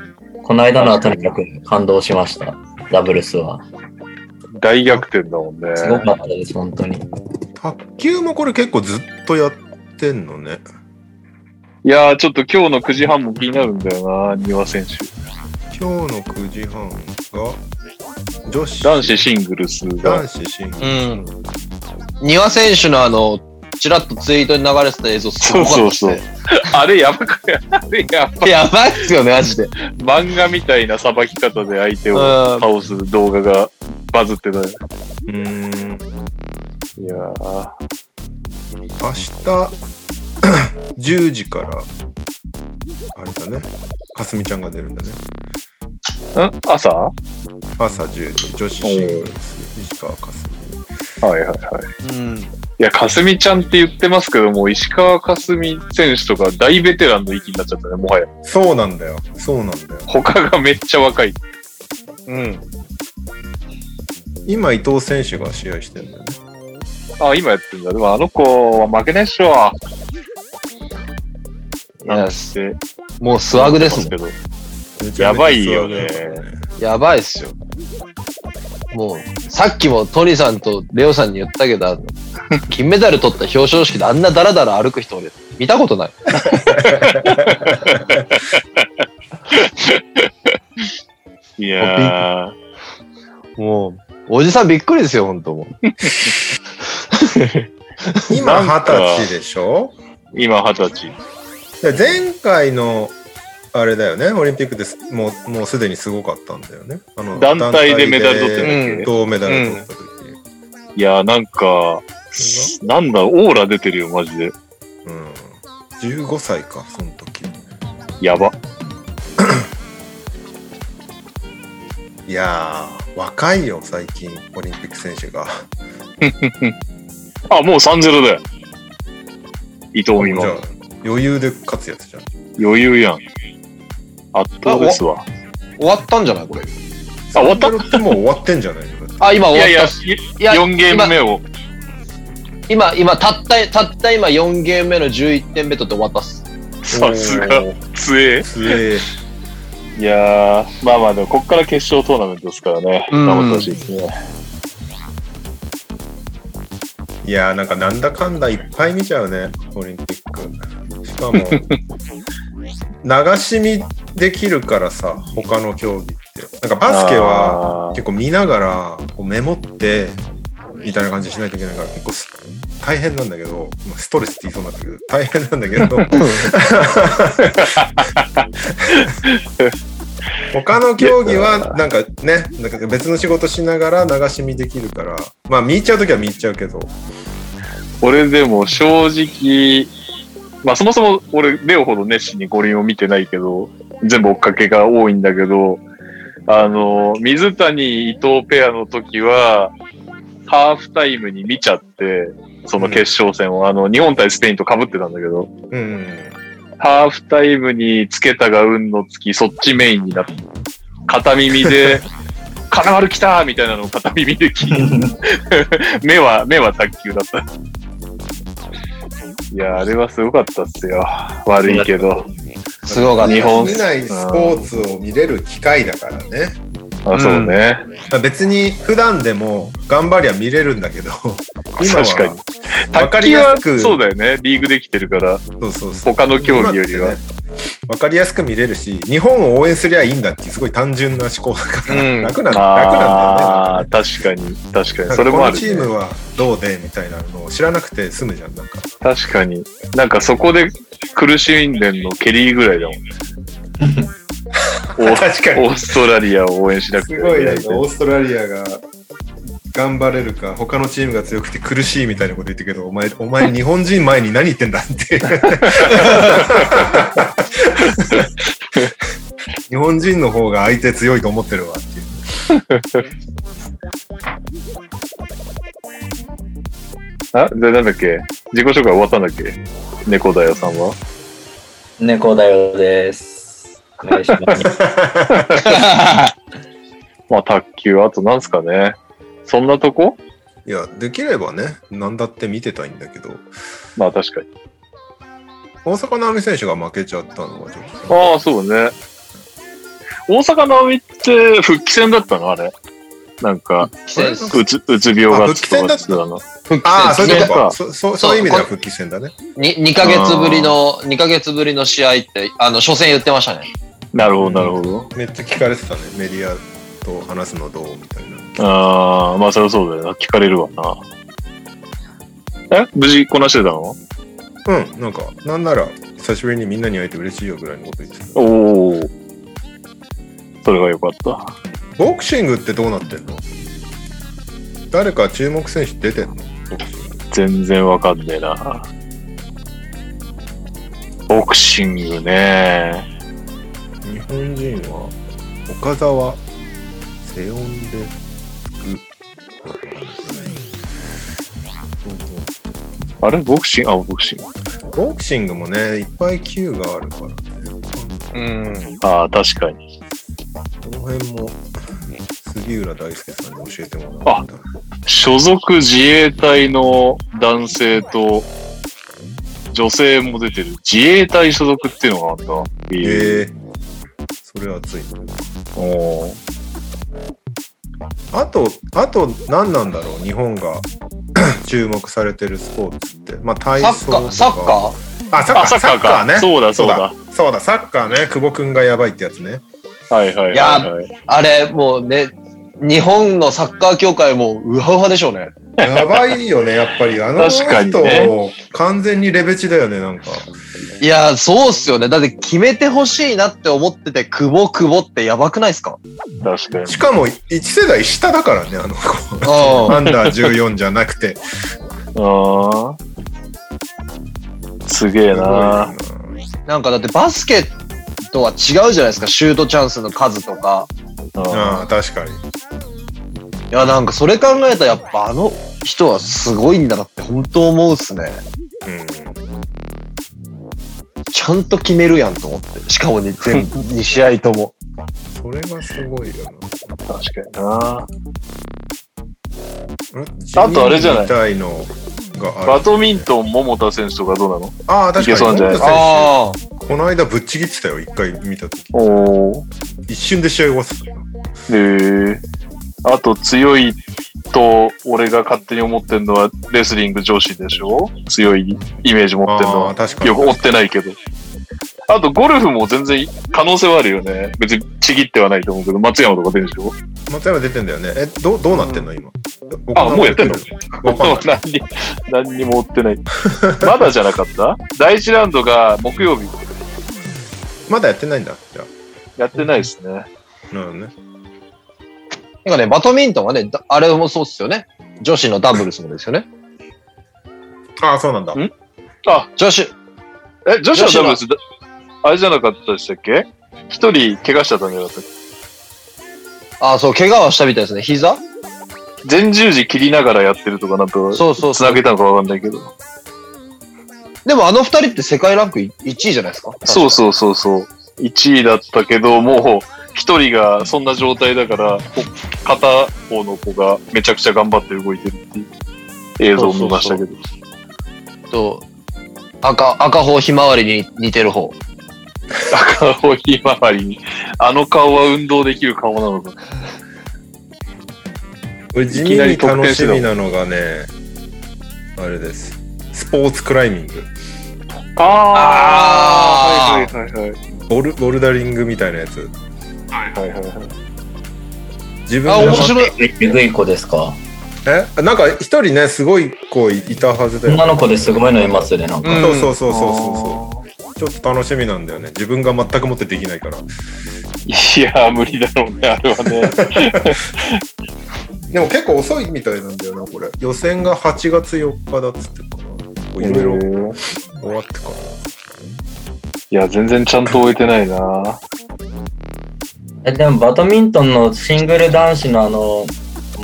この間のはとにかく感動しました。ダブルスは。
大逆転だもんね。
すごかったです、本当に。
卓球もこれ結構ずっとやってんのね
いやー、ちょっと今日の9時半も気になるんだよな、丹羽選手。
今日の9時半が女子
男子シングルスが。
男子シングル
うん。丹羽選手のあの、ちらっとツイートに流れてた映像すごかったっすね。
そうあれやばかった。あれやばい。
やばいっすよね、マジで。
漫画みたいなさばき方で相手を倒す動画がバズってた。い
うん
やー、
明日10時からあれだねかすみちゃんが出るんだね
ん朝は
朝10時女子シングルス石川かす
いはいはい。
うん。
いや、かすみちゃんって言ってますけども、石川かすみ選手とか大ベテランの域になっちゃったね、もはや。
みそうなんだよそうなんだよ
他がめっちゃ若い。
うん。
今伊藤選手が試合してるんだよね
あ、今やってんだ。でもあの子は負けないっしょ。
い
な
や
ん、て
もうスワグですもん
けど。やばいよね。
やばいっすよ。もう、さっきもトリさんとレオさんに言ったけど、あの 金メダル取った表彰式であんなダラダラ歩く人俺、見たことない。
いやー。
もう、おじさんびっくりですよ、ほんともう。
な
今
ん
二
か
十歳でしょ
今二十歳。
で前回のあれだよねオリンピックですもうもうすでにすごかったんだよねあの
団体でメダル取って
る
んだっけ、
銅メダル取った時、
いやー、なんか、なんだ、オーラ出てるよ、マジで。
うん15歳かその時
やば。
いやー若いよ最近オリンピック選手が
あ、もう3-0だよ。伊藤美
じゃあ
誠。
余裕で勝つやつじゃん
余裕やん。圧倒ですわ。
終わったんじゃないこれ。
あ、終わった
メダルってもう終わってんじゃないのだって
あ、今
い
終
や
わっ
い
た
や
っす。、いや
4ゲーム目を。
今、今、たった、たった今4ゲーム目の11点目取って終わったっす。
さすが、
おー
強え。
強え
いやー、まあまあ、でも、こっから決勝トーナメントですからね。
うん
頑張ってほしいですね。
いやーなんかなんだかんだいっぱい見ちゃうねオリンピックしかも流し見できるからさ他の競技ってなんかバスケ
あー
は結構見ながらこうメモってみたいな感じしないといけないから結構す大変なんだけどまあストレスって言いそうになったけど大変なんだけど 他の競技はなんかねなんか別の仕事しながら流し見できるからまあ見入っちゃう時は見入っちゃうけど
俺でも正直、まあそもそも俺、レオほど熱心に五輪を見てないけど、全部追っかけが多いんだけど、あの、水谷、伊藤ペアの時は、ハーフタイムに見ちゃって、その決勝戦を、あの、日本対スペインと被ってたんだけど、
うん
ハーフタイムにつけたが運のつき、そっちメインになった。片耳で、 金丸来たみたいなのを片耳で聞い て、目は、目は卓球だった。いや、あれはすごかったっすよ。悪いけど。
すごかった
日 本
見ないスポーツを見れる機会だからね。
あ、そうね。
別に普段でも頑張りゃ見れるん だけど、今は
確かに。
わか
卓
り
球
や
は
すく
そうだよね。リーグできてるから、
そうそうそう。
他の競技よりは。
わかりやすく見れるし、日本を応援すりゃいいんだっていうすごい単純な思考だから、
うん
楽なんだ、楽なんだよね。
ああ、確かに、確か
な
に。
んか
それもあ
この
る
チー
ね。
ムはどうでみたいなのを知らなくて済むじゃん、なんか。
確かに。なんかそこで苦しんでんのケリーぐらいだもんね。 お
確か
オーストラリアを応援しなくて
すごいなんか
ね
オーストラリアが頑張れるか他のチームが強くて苦しいみたいなこと言ってるけどお前お前 日本人前に何言ってんだって 日本人の方が相手強いと思ってるわっていう
あ、で、なんだっけ自己紹介終わったんだっけ猫だよさんは。
猫だよです。お願いし ます。
まあ、卓球、あとなんすかね。そんなとこ
いやできればね何だって見てたいんだけど
まあ、確かに。
大坂なおみ選手が負けちゃったのはちょっと
ああ、そうね。大阪なおみって復帰戦だったのあれ。なんか、
帰省です
うつ、うつ病がつ
あ復帰戦だった
の。
復帰
ああそう
戦
いうこと
そう
かそそうそういう意味では復帰戦だね
に2ヶ月ぶりの、2ヶ月ぶりの試合って、あの、初戦言ってましたね。
なるほど、なるほど。
めっちゃ聞かれてたねメディアと話すのどうみたいな
ああ、まあ、それはそうだよな。聞かれるわな。え無事こなしてたの
うんなんかなんなら久しぶりにみんなに会えて嬉しいよぐらいのこと言ってた
おお。それが良かった。
ボクシングってどうなってんの誰か注目選手出てんのボクシング
全然わかんねえな。ボクシングね。
日本人は岡澤セオンデグ
あれボクシングあ、ボクシング。
ボクシングもねいっぱい級があるからね
うん。
ああ、確かに。
この辺も杉浦大輔さんに教えてもらった
所属自衛隊の男性と女性も出てる。自衛隊所属っていうのがあった。え
ええそれ熱い
おー
あと、あと何なんだろう、日本が 注目されてるスポーツって。まあ、体
サ
操と
ッカ
か。
ー、サッカー
あ、サッカ
あ、
ー、
サッカーか。
ね。
そうだ、そうだ。
そうだ、サッカーね。久保くんがやばいってやつね。
はいはいはい、はい。
あれ、もうね、日本のサッカー協会もうわうわでしょうね。
やばいよね、やっぱり。あの人、
確かにね
完全にレベチだよね、なんか。
いやー、そうっすよね。だって決めてほしいなって思ってて、久保久保ってやばくないですか
確かに。
しかも、1世代下だからね、あの子。アンダー14じゃなくて。
ああ。すげえな。
すごいよ
なんかだってバスケとは違うじゃないですか。シュートチャンスの数とか。
なあ
あ
あ、確かに。
いや、なんかそれ考えたらやっぱあの人はすごいんだなって本当思うっすね。
うん。
ちゃんと決めるやんと思って。しかもね、全部2試合とも。
それがすごいよな。
ー確かにな。
あ
あとあれじゃない
みたいのがあ
バ
る。
ドミントン、桃田選手とかどうなの
ああ、確か
いけ
に。
そうなんじゃない
本田選手
あ。
この間ぶっちぎってたよ、一回見たとき。
おお。
一瞬で試合終わってたよ。
へえ。あと、強いと、俺が勝手に思ってんのは、レスリング女子でしょ強いイメージ持ってんの
ああ
は
ー、。確かに。
よく追ってないけど。あと、ゴルフも全然可能性はあるよね。別にちぎってはないと思うけど、松山とか出るでしょ
松山出てんだよね。え、どう、どうなってんの、今。
あもうやってんの。
わかんない
何に、何にも追ってない。まだじゃなかった第1ラウンドが木曜日
まだやってないんだ。じゃ
やってないですね。
あ。なるほどね。
なんかね、バドミントンはね、だあれもそうっすよね。女子のダブルスもですよね。
ああ、そうなんだ。
んあ、
女子、
え、女子のダブルス、だあれじゃなかったでしたっけ一人怪我しちゃったんじゃなかったっけ
ああ、そう、怪我はしたみたいですね。膝
前十字切りながらやってるとか、なんと、
そうそう
つ
そ
な
う。
げたのかわかんないけど。
でもあの二人って世界ランク1位じゃないですか。
そうそうそうそう。1位だったけど、もう、一人がそんな状態だから、こ片方の子がめちゃくちゃ頑張って動いてるっていう映像を見ましたけど。
と赤、赤方ひまわりに似てる方。
赤穂ひまわりに。あの顔は運動できる顔なのか。
俺地味に楽しみなのがね、あれです。スポーツクライミング。
あー
ーはいはいはいはい。
ボルボルダリングみたいなやつ。
はいはいはい
自分
あ、
で
面白い。
えぐい子ですか
えなんか一人ね、すごい子いたはずだよ。
女の子ですごいのいますよね、なんか。
そうそうそうそうそ。
そう
ちょっと楽しみなんだよね。自分が全くもってできないから。
う。いやー、無理だろうね、あれはね。
でも結構遅いみたいなんだよな、これ。予選が8月4日だっつってたから。いろいろ終わってから。
いや、全然ちゃんと終えてないな。
え、でもバドミントンのシングル男子のあの、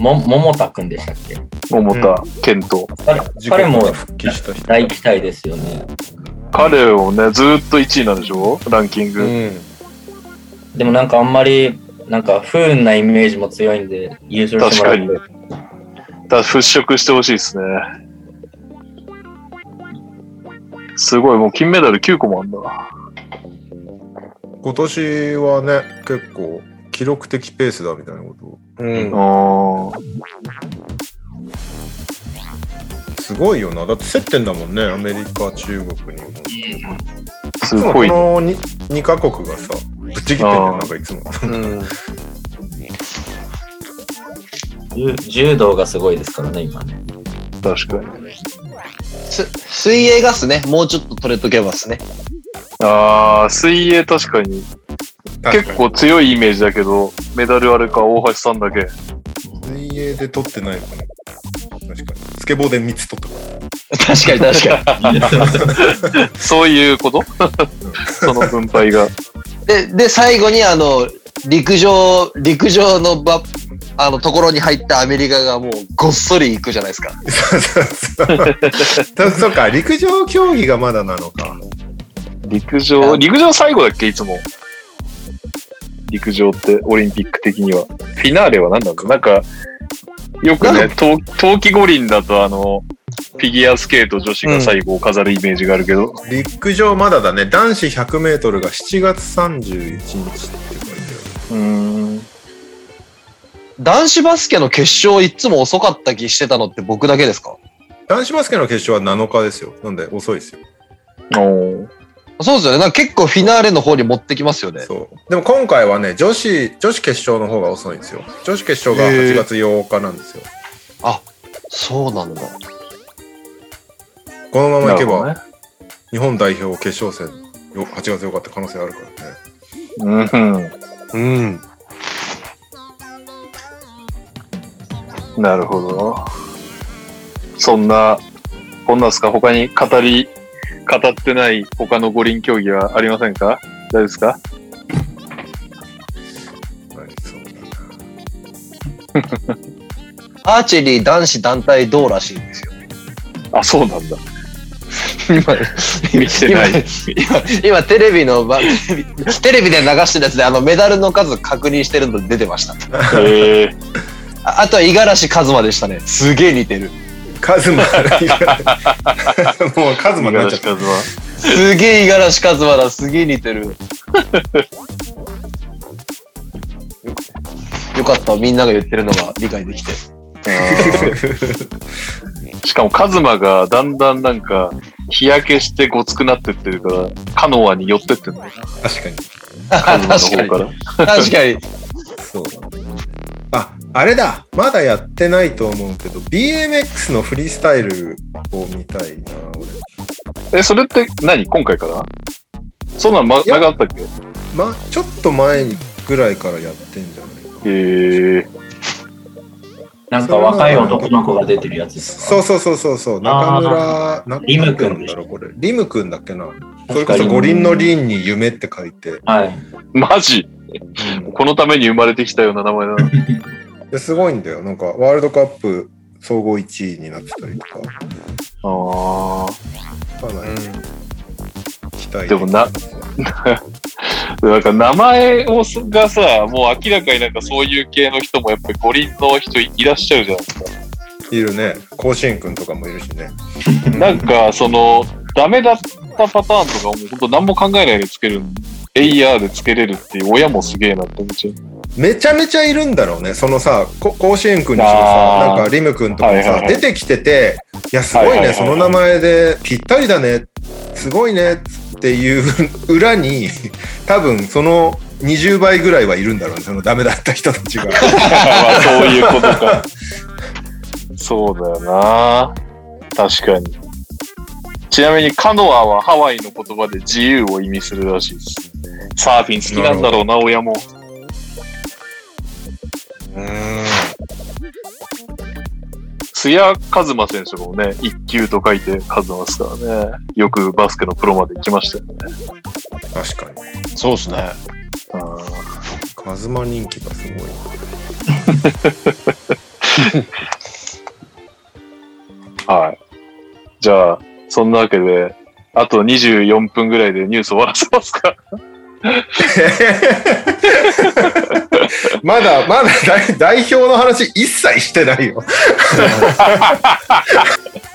も、桃田くんでしたっけ
桃田健斗。
彼
自
彼
分
も
が復帰した人。
大期待ですよね。
彼をね、ずーっと1位なんでしょランキング。
うん。
でもなんかあんまり、なんか不運なイメージも強いんで、優勝してもらって。
確だから払拭してほしいですね。すごい、もう金メダル9個もあんだな。
今年はね、結構記録的ペースだみたいなことを。うん。
う
すごいよな。だって接点だもんね。アメリカ、中国、日本。い
ん。す
つも
ご
こ
い。
の 2, カ国がさ、ぶっちぎってんだ
あー
よ。なんかいつも。
うん。
柔柔道がすごいですからね、今ね。
確かに。
す、水泳がっすね。もうちょっと取れとけばっすね。
あー、水泳確かに。結構強いイメージだけど、メダルあれか、大橋さんだけ。
水泳で取ってないのかな。確かに。スケボーで3つ取った から。
確かに確かに。
そういうこと その分配が。
で、で、最後にあの、陸上、陸上のば、あの、ところに入ったアメリカがもうごっそり行くじゃないですか。
そうそうそう。そうか、陸上競技がまだなのか。
陸上、陸上最後だっけいつも。陸上って、オリンピック的には。フィナーレは何なんだろうなんか、よく
な
ね、冬冬季五輪だとあの、フィギュアスケート女子が最後を飾るイメージがあるけど、
陸上まだだね。男子100メートルが7月31日って書いて
うん、
男子バスケの決勝いつも遅かった気してたのって僕だけですか
ある。男子バスケの決勝は7日ですよ。なんで遅いですよ。
おー
そうですよね。なんか結構フィナーレの方に持ってきますよね。
そう。でも今回はね、女子、女子決勝の方が遅いんですよ。女子決勝が8月8日なんですよ。
そうなんだ。
このまま
ない
け
るほ
ば、
どね
日本代表決勝戦、よ8月8日って可能性あるからね。
うん
うん。
うん、なるほど。そんな、こんなんすか他に語り、語ってない他の五輪競技はありませんか大丈夫ですか
はい、そうだな。
アーチェリー男子団体どうらしいんですよ。
あ、そうなんだ。
今、
見て
今
ない。、
今、今テレビのば、テレビテレビで流してるやつであのメダルの数確認してるの出てました。
へえ
ああとは五十嵐一馬でしたね。すげえ似てる。
カズマ、 もうカズマになっちゃった。
すげえ五十嵐一馬だ。すげえ似てる。よよかった。みんなが言ってるのが理解できて。
しかもカズマがだんだんなんか日焼けしてごつくなってってるからカノアに寄ってってんだよ
確かに。
カズマの
確か
方か
に。確
ら
か
そ
に。
うだねあ、あれだ。まだやってないと思うけど、BMX のフリースタイルを見たいな、俺。
えそれって何今回からそんなん、ま、
いや
なかったっけへ
ま、ちょっと前ぐらいからやってんじゃない
え
なんか若い男の子が出てるやつですか
そうそうそうそうそう、中村、な
リム君
なんだろう、これ。リム君だっけな。それこ
確か
そ
に
五輪の輪に夢って書いて。う
はい。
マジ
ん
このために生まれてきたような名前だな
ですごいんだよ。なんか、ワールドカップ総合1位になってたりと
あ
か、かなり期待
でもな ーなんか名前をすがさもう明らかになんかそういう系の人もやっぱり五輪の人いらっしゃるじゃないですか
いるね。甲子園くんとかもいるしね。
なんか、その、ダメだったパターンとか、もう本当何も考えないでつけるん AR つけれるっていう親もすげえなって思っちゃう。
めちゃめちゃいるんだろうね。そのさ、こ甲子園くんにしろ
あ
さ
ー、
なんかリムくんとかもさ、
はいはいはい
出てきてて、いや、すごいね、
はいはいはいはい
その名前で、ぴったりだね、すごいねっていう 裏に、多分その20倍ぐらいはいるんだろうね、そのダメだった人た ちが。
まあそういうことか。そうだよな。確かに。ちなみにカノアはハワイの言葉で自由を意味するらしいです。サーフィン好きなんだろうな、親も。
うん。
須谷和馬選手もね、一級と書いて和馬ですからね。よくバスケのプロまで行きましたよね。
確かに。
そうですね。
うん
カズマ人気がすごい。
はい。じゃあ、そんなわけで、あと24分ぐらいでニュース終わらせますか。
まだ、まだ 代代表の話一切してないよ。
と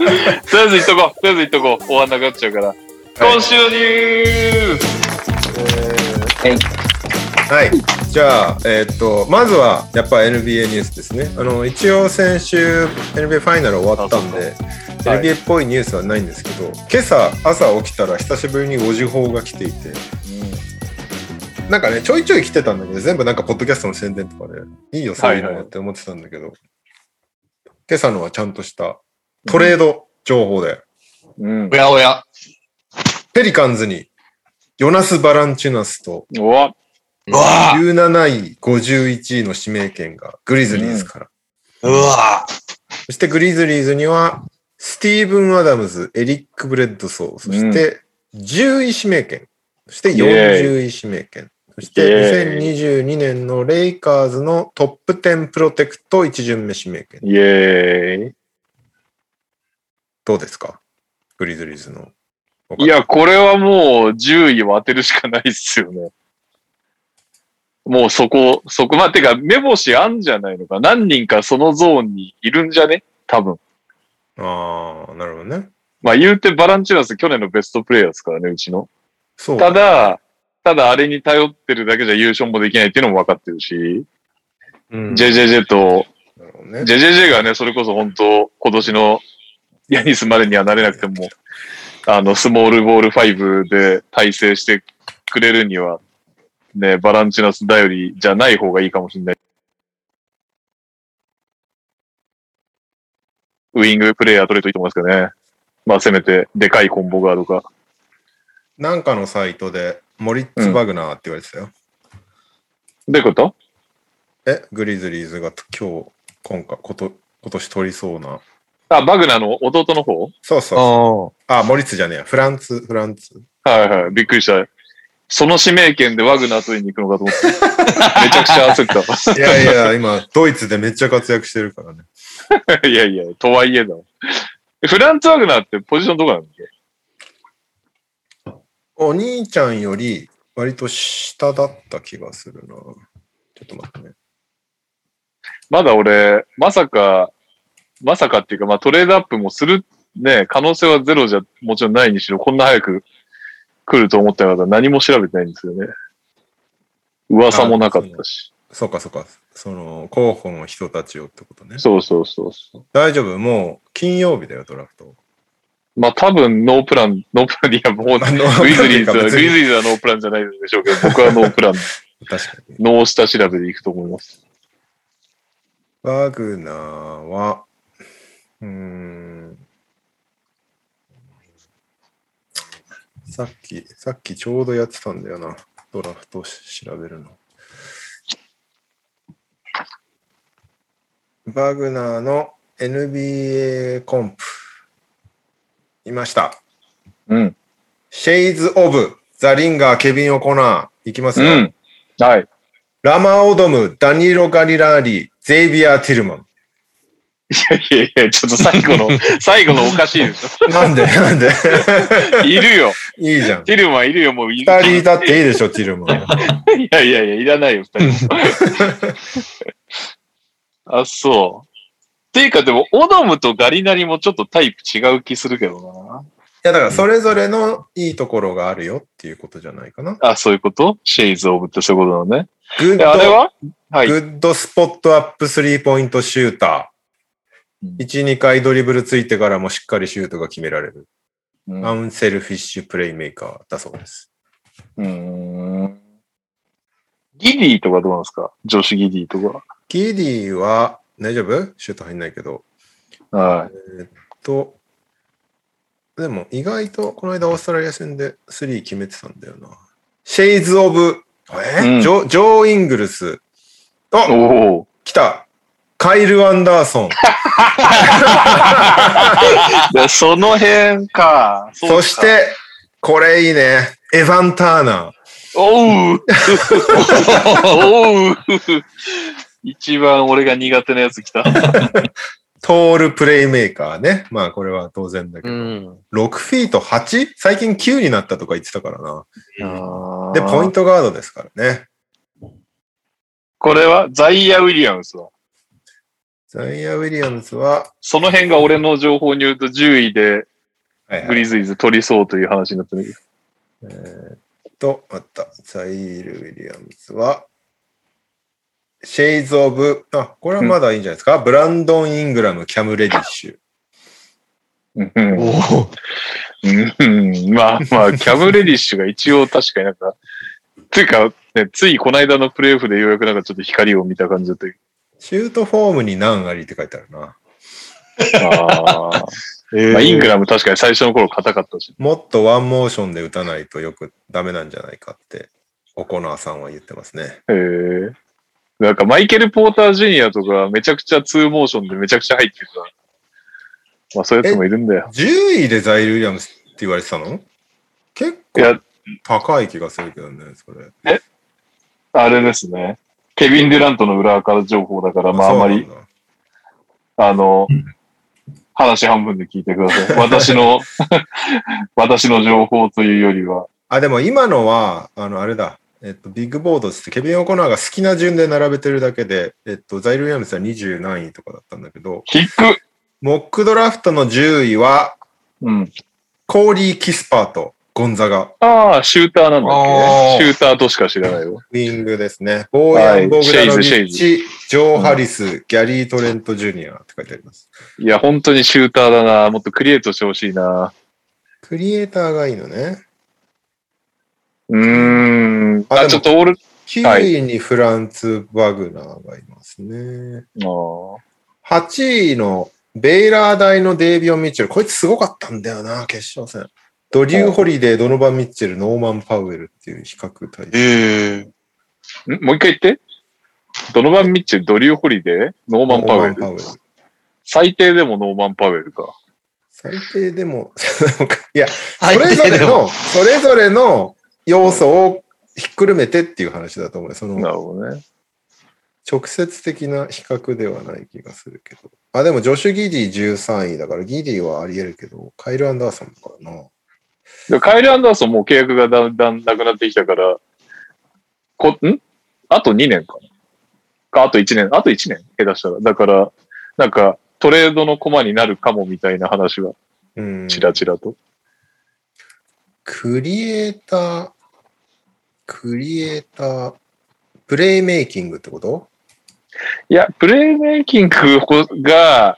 りあえず行っとこう。とりあえず行っとこう。終わんなくなっちゃうから。今週のニュース
はい。じゃあ、えーっと、まずは、やっぱ NBA ニュースですね。あの、一応先週、NBA ファイナル終わったんで、
はい
NBA っぽいニュースはないんですけど、今朝、朝起きたら久しぶりにご時報が来ていて、なんかね、ちょいちょい来てたんだけど、全部なんか、ポッドキャストの宣伝とかで、いいよ、そういうの
はい
は
はい
って思ってたんだけど、今朝のはちゃんとしたトレード情報で、
うん
お。やおや。
ペリカンズに、ヨナス・バランチュナスと、
うわ、
うわ
17位、51位の指名権が、グリズリーズから。
うわ
そしてグリズリーズには、スティーブン・アダムズ、エリック・ブレッドソー、そして10位指名権、そして40位指名権、そして
イ
2022年のレイカーズのトップ10プロテクト1巡目指名権。
イエ
どうですかグリズリーズの。
ーイ。いや、これはもう10位を当てるしかないっすよね。もうそこ、そこ、まあ、てか、目星あんじゃないのか。何人かそのゾーンにいるんじゃね多分。
ああ、なるほどね。
まあ言うてバランチューナス去年のベストプレイヤーですからね、うちの。
そう。
ただ、ただあれに頼ってるだけじゃ優勝もできないっていうのも分かってるし、
うん、
JJJ と、
なるほどね。
JJJ がね、それこそ本当、今年のヤニスまでにはなれなくても、あの、スモールボール5で体制してくれるには、ね、バランチュナス頼りじゃない方がいいかもしれない。ウイングプレイヤー取れといいと思いますけどね。まあ、せめて、でかいコンボガードか。
なんかのサイトで、モリッツ・バグナーって言われてたよ。
どういうこと
え、グリズリーズが今日、今回、こと今年取りそうな。
あ、バグナーの弟の方
そうそうそう。
あ
あ、モリッツじゃねえや。フランツ、フランツ。
はいはい、びっくりした。その指名権でワグナー取りに行くのかと思って。めちゃくちゃ焦っ
いやいや、今、ドイツでめっちゃ活躍してるからね。
た。 いやいや、とはいえだわ。フランツ・ワグナーってポジションどこなんだっけ
お兄ちゃんより、割と下だった気がするな。ちょっと待ってね。
まだ俺、まさか、まさかっていうか、まあトレードアップもする、ね、可能性はゼロじゃもちろんないにしろ、こんな早く来ると思ってなかったら何も調べてないんですよね。噂もなかったし。
そうか、そうか。その、候補の人たちをってことね。
そうそうそうそう。
大丈夫もう、金曜日だよ、ドラフト。
まあ多分ノープラン、ノープラン、いやもう、
あの
グリズリーズは、
別
グ
に
リズリーズはノープランじゃないでしょうけど、僕はノープラン
確かに。
脳下調べでいくと思います。
ワグナーは、うーん。さっき、さっきちょうどやってたんだよな。ドラフト調べるの。バグナーの NBA コンプ。いました。
うん。
シェイズ・オブ、ザ・リンガー、ケビン・オコナー。いきます
う
よ。
ん。はい。
ラマ・オドム、ダニーロ・ガリラーリ、ゼイビア・ティルマン。
いやいや、ちょっと最後の、最後のおかしいでし
なんでなんで
ょ。いるよ。
いいじゃん。
ティルマンいるよ、もういる。
二人だっていいでしょ、ティルマン。
いやいやいや、いらないよ、二人。あ、そう。っていうか、でも、オドムとガリナリもちょっとタイプ違う気するけどな。
や、だからそれぞれのいいところがあるよっていうことじゃないかな。
あ、そういうことシェイズオブってそういうことなのね。
グッ
で
ド、
あれははい
グ。ッドスポットアップスリーポイントシュータ
う
ー
ん。
1、2回ドリブルついてからもしっかりシュートが決められる。
う
ア
ん
ンセルフィッシュプレイメーカーだそうです。
うん。ギディとかどうなんですか女子ギディとか。
ギディは、大丈夫シュート入んないけど。
はい。
と、でも意外とこの間オーストラリア戦で3決めてたんだよな。シェイズ・オブ、えー
うん
ジョジョー・イングルス。あ
おお。
来たカイル・アンダーソン。
でその辺か。うか
そし。て、これいいね。エヴァン・ターナー。
おうおう 一番俺が苦手なやつ来た。
トールプレイメーカーね。まあこれは当然だけ
う
ど。
ん。
6フィート 8? 最近9になったとか言ってたからな。で、
で
ポイントガードですからね。
これはザイア・ウィリアムスは。
ザイア・ウィリアムズは、
その辺が俺の情報によると10位で
はいはい
グリズイズ取りそうという話になってる。
えーっと、あった。ザイール・ウィリアムズは、シェイズ・オブ、あ、これはまだいいんじゃないですか。ブランドン・イングラム、キャム・レディッシュ。
うん
おお。
うんまあまあ、キャム・レディッシュが一応確かになんか、つうか、ね、ついこの間のプレイオフでようやくなんかちょっと光を見た感じだという。
シュートフォームに何ありって書いてあるな。
あーまあ、イングラム確かに最初の頃硬かったし。
もっとワンモーションで打たないとよくダメなんじゃないかって、オコナーさんは言ってますね。
へえ。なんかマイケル・ポーター・ジュニアとかめちゃくちゃツーモーションでめちゃくちゃ入ってるから。まあそういうやつもいるんだよ。
10位でザイール・ウィリアムズって言われてたの結
いや
構、高い気がするけどね、それ。
あれですね。ケビン・デュラントの裏から情報だから、まああんまり
そうなんだ。
あの、話半分で聞いてくだ さい。私の、私の情報というよりは。
あ、でも今のは、あの、あれだ。えっと、ビッグボードっつって、ケビン・オコナーが好きな順で並べてるだけで、えっと、ザイル・ウィリアムズは20何位とかだったんだけど、
キック
モックドラフトの10位は、
うん。
コーリー・キスパーとゴンザガ、
ああ、シューターなんだ
あ
っ
ー
けシューターとしか知らないよ。
ウィングですね。ボーヤン・ボ
はい
グダノビ
シェイ
ッ
ズ
チ、ジョー・ハリス、ギャリー・トレント・ジュニアって書いてあります。
いや、本当にシューターだな。もっとクリエイトしてほしいな。
クリエイターがいいのね。
うーん。
あで
あ、
も
ちょっとオール、
9位にフランツ・バグナーがいますね。
あー
8位のベイラー大のデイビオン・ミッチェル。こいつすごかったんだよな、決勝戦。ドリュー・ホリデー、ドノバン・ミッチェル、ノーマン・パウエルっていう比較対象。
ええ。
んもう一回言って。ドノバン・ミッチェル、ドリュー・ホリデー、ノーマン・パウエル。
ウエル。
最低でもノーマン・パウエルか。
最低でも、 いや、
最
それぞ
低
れ
でも。
の、それぞれの要素をひっくるめてっていう話だと思うよ。そ
な
の
るほどね。
直接的な比較ではない気がするけど。あ、でもジョシュ・ギディ13位だから、ギディはあり得るけど、カイル・アンダーソンだからな。
でカイル・アンダーソンもう契約がだんだんなくなってきたから、こ、んあと2年かなか、あと1年、あと1年下手したら。だから、なんか、トレードの駒になるかもみたいな話が、
うん。
ちらちらと。
クリエイター、クリエイター、プレイメイキングってこと
いや、プレイメイキングが、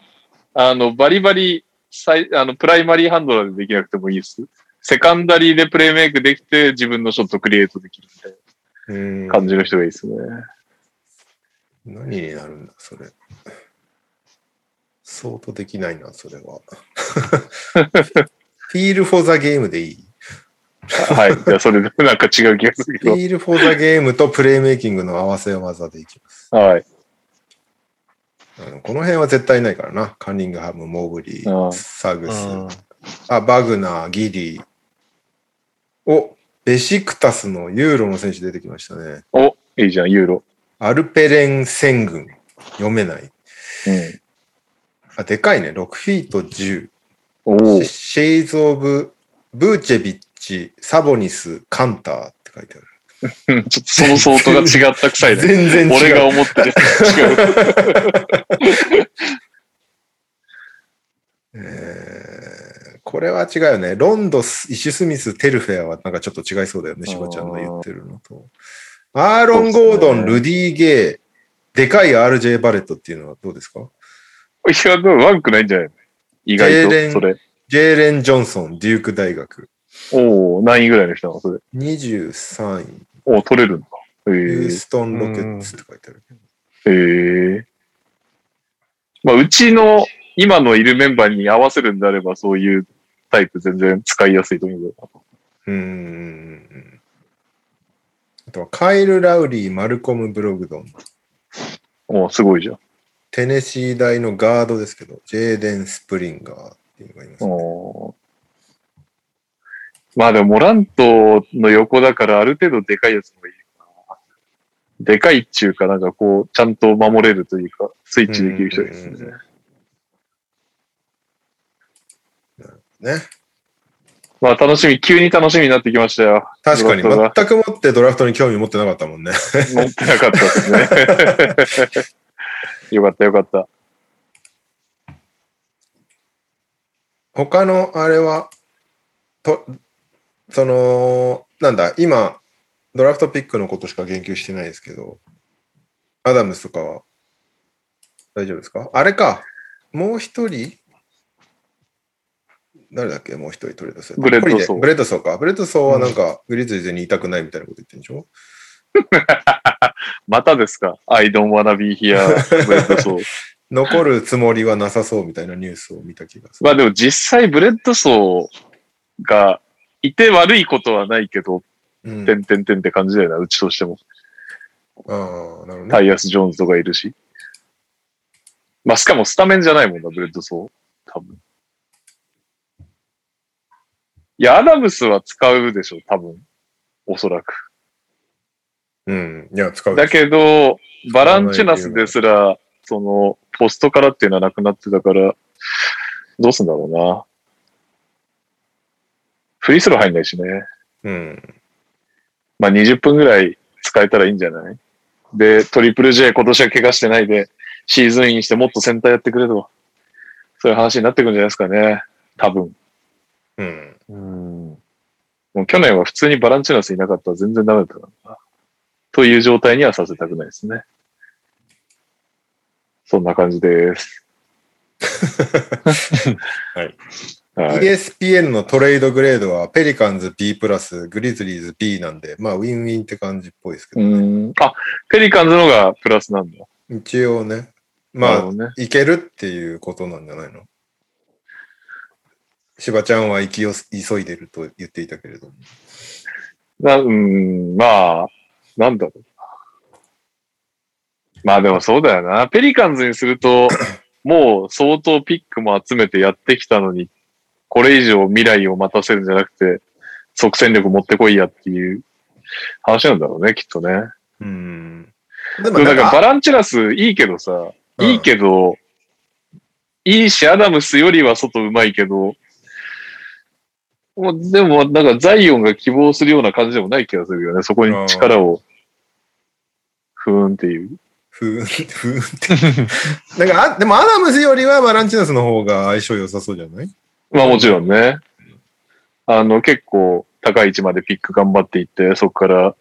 あの、バリバリ、最あの、プライマリーハンドラーでできなくてもいいです。セカンダリーでプレイメイクできて、自分のショットクリエイトできるみたい
うん
な感じの人がいいですね。
何になるんだ、それ。相当できないな、それは。 フィール・フォー・ザ・ゲームでいい
はい。じゃあ、それでなんか違う気がするけ
フ
ど。
ィール・フォー・ザ・ゲームとプレイメイキングの合わせ技でいきます。
はい。
あのこの辺は絶対ないからな。カンニングハム、モーブリ
あ
ー、
あ
サグス、
うん
あ、バグナー、ギリー。お、ベシクタスのユーロの選手出てきましたね。
お、いいじゃん、ユーロ。
アルペレン戦軍。読めない。
うん。
あ、でかいね。6フィート10。
おお
シ。シェイズ・オブ・ブーチェビッチ、サボニス、カンターって書いてある。
ちょっとその相当が違ったくさいね。
全然違う。
俺が思ってる。違う。
えーこれは違うよね。ロンドス、イシュスミス、テルフェアはなんかちょっと違いそうだよね、しばちゃんの言ってるのと。アーロン・ゴードン、ルディ・ゲー、でかい RJ バレットっていうのはどうですか
いや、でも悪くないんじゃない意
ジェー
外
レン
と、それ。
ジェーレン・ジョンソン、デューク大学。
おお何位ぐらいの人なのそれ。
23位、
おお取れるのか。え
ヒュー
ー、
ストン・ロケッツって書いてある。
えー。まあ、うちの、今のいるメンバーに合わせるんであれば、そういうタイプ全然使いやすいと思うけど。
うーん。あとは、カイル・ラウリー、マルコム・ブログドン。
おおすごいじゃん。
テネシー大のガードですけど、ジェーデン・スプリンガーっていうのがいます、ね。
おーまあでも、モラントの横だから、ある程度でかいやつもいいかな。でかいっちゅうか、なんかこう、ちゃんと守れるというか、スイッチできる人です
うんうん
ね。
ね。
まあ楽しみ、急に楽しみになってきま したよ。
確かに、
ドラフ
全くもってドラフトに興味持ってなかったもんね。
トが持ってなかったですね。 よかったよかった。
他のあれは、と、その、なんだ、今、ドラフトピックのことしか言及してないですけど、アダムスとかは大丈夫ですかあれか、もう一人誰だっけもう一人取れ出せ。
ブレッドソー
ホリデブレッドソーか。ブレッドソーはなんか、グリズリーズにいたくないみたいなこと言ってるんでしょ
またですか ?I don't wanna be here. ブレッドソー。
残るつもりはなさそうみたいなニュースを見た気がする。
まあでも実際ブレッドソーがいて悪いことはないけど、
うん、
てんてんてんって感じだよな、うちとしても。
ああ、なるほどね。
タイヤス・ジョーンズとかいるし。まあしかもスタメンじゃないもんな、ブレッドソー。多分。いや、アダムスは使うでしょ、多分。おそらく。
うん。いや、使うでしょ
だけど、バランチュナスですら、その、ポストからっていうのはなくなってたから、どうすんだろうな。フリースロー入んないしね。
うん。
まあ20分ぐらい使えたらいいんじゃないで、トリプル J 今年は怪我してないで、シーズンインしてもっとセンターやってくれと。そういう話になってくるんじゃないですかね。多分。
うん。
うん。もう去年は普通にバランチュナスいなかったら全然ダメだったからな。という状態にはさせたくないですね。そんな感じです。
はい。
はい。
ESPN のトレードグレードは、ペリカンズ B プラス、グリズリーズ B なんで、まあ、ウィンウィンって感じっぽいですけ
う
ど、
ん。あ、ペリカンズの方がプラスなんだ。
一応ね、
なる
ま
ほ
あ、
どね。
いけるっていうことなんじゃないのしばちゃんは生きよ急いでると言っていたけれども。
な、うん、まあ、なんだろう。まあでもそうだよな。ペリカンズにすると、もう相当ピックも集めてやってきたのに、これ以上未来を待たせるんじゃなくて、即戦力持ってこいやっていう話なんだろうね、きっとね。
うん。で
でもなんかバランチュラスいいけどさ、
うん
いいけど、いいし、アダムスよりは外うまいけど、もうでもなんかザイオンが希望するような感じでもない気がするよね。そこに力を、ふーんっていう。
ふーん、ふーんって。 なんかあ、でもアダムスよりはバランチナスの方が相性良さそうじゃない
まあもちろんね。あの結構高い位置までピック頑張っていって、そこから、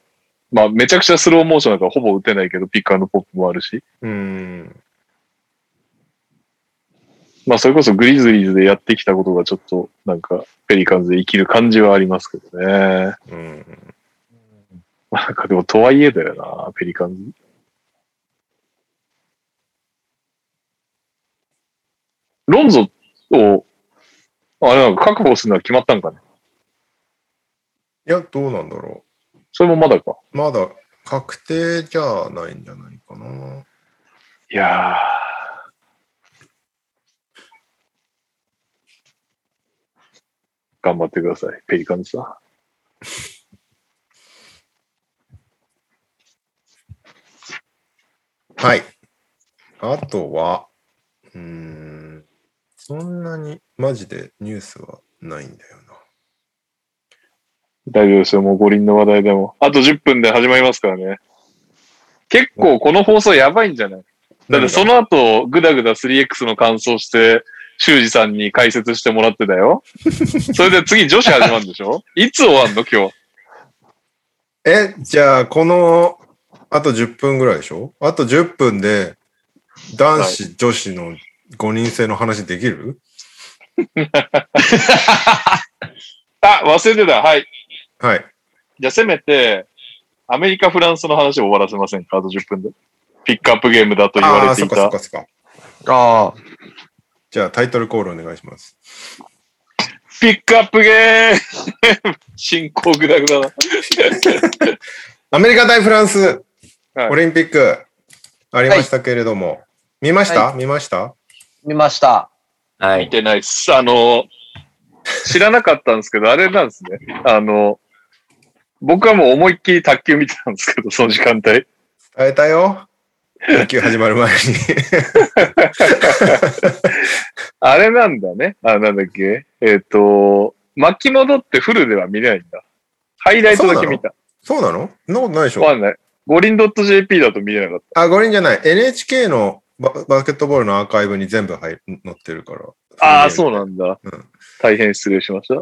まあめちゃくちゃスローモーションなんかほぼ打てないけど、ピックアンドポップもあるし。
うん。
まあ、それこそグリズリーズでやってきたことがちょっと、なんか、ペリカンズで生きる感じはありますけどね。
うん。
まあなんかでも、とはいえだよな、ペリカンズ。ロンゾを、あれなんか確保するのは決まったんかね。
いや、どうなんだろう。
それもまだか。
まだ確定じゃないんじゃないかな。
いやー。頑張ってください、ペリカンズさん。
はい。あとは、うーん、そんなにマジでニュースはないんだよ
大丈夫ですよ、もう五輪の話題でも。あと10分で始まりますからね。結構この放送やばいんじゃないだ
な。
ってそ
の
の後、ぐだぐだ 3X の感想して、修二さんに解説してもらってた よ。それで次女子始まるんでしょいつ終わんの今日。
え、じゃあ、この、あと10分ぐらいでしょあと10分で、男子、女子の5人制の話できる
あ、忘れてた。はい。
はい。
じゃあせめて、アメリカ、フランスの話を終わらせませんかあと10分で。ピックアップゲームだと言わ
あ
れ
あ、
て
そっ
い。
かそったかそっか。
ああ。
じゃあ、タイトルコールお願いします。
ピックアップゲーム 進行グダグダだ。
アメリカ対フランス、
はい
オリンピック、ありましたけれども、見ました、見ました
見ました。
は
見
い。
てないっす。あの、知らなかったんですけど、あれなんですね。あの、僕はもう思いっきり卓球見てたんですけど、その時間帯。
伝え たよ。野球始まる前に。
あれなんだね。あ、なんだっけ。えっ、と、巻き戻ってフルでは見れないんだ。ハイライトだけ見た。
そうなのそんなことないでし
わ
ょ
かんない。五輪 .jp だと見れなかっ
あ、五輪じゃない。NHK のババスケットボールのアーカイブに全部入載ってるから。
た。ああー、
う。
そうなんだ。
うん
大変失礼しま した。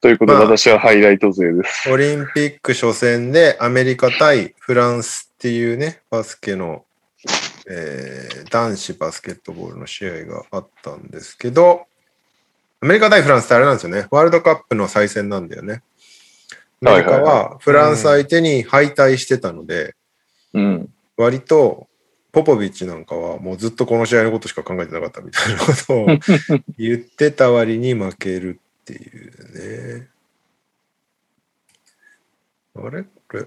ということで、
まあ
私はハイライト勢です。
オリンピック初戦でアメリカ対フランスっていうね、バスケの、えー男子バスケットボールの試合があったんですけど、アメリカ対フランスってあれなんですよね。ワールドカップの再戦なんだよね。アメリカ
はいは
はフランス相手に敗退してたので、
うん。
割とポポビッチなんかはもうずっとこの試合のことしか考えてなかったみたいなこと を言ってた割に負けるっていうね。あれこれ、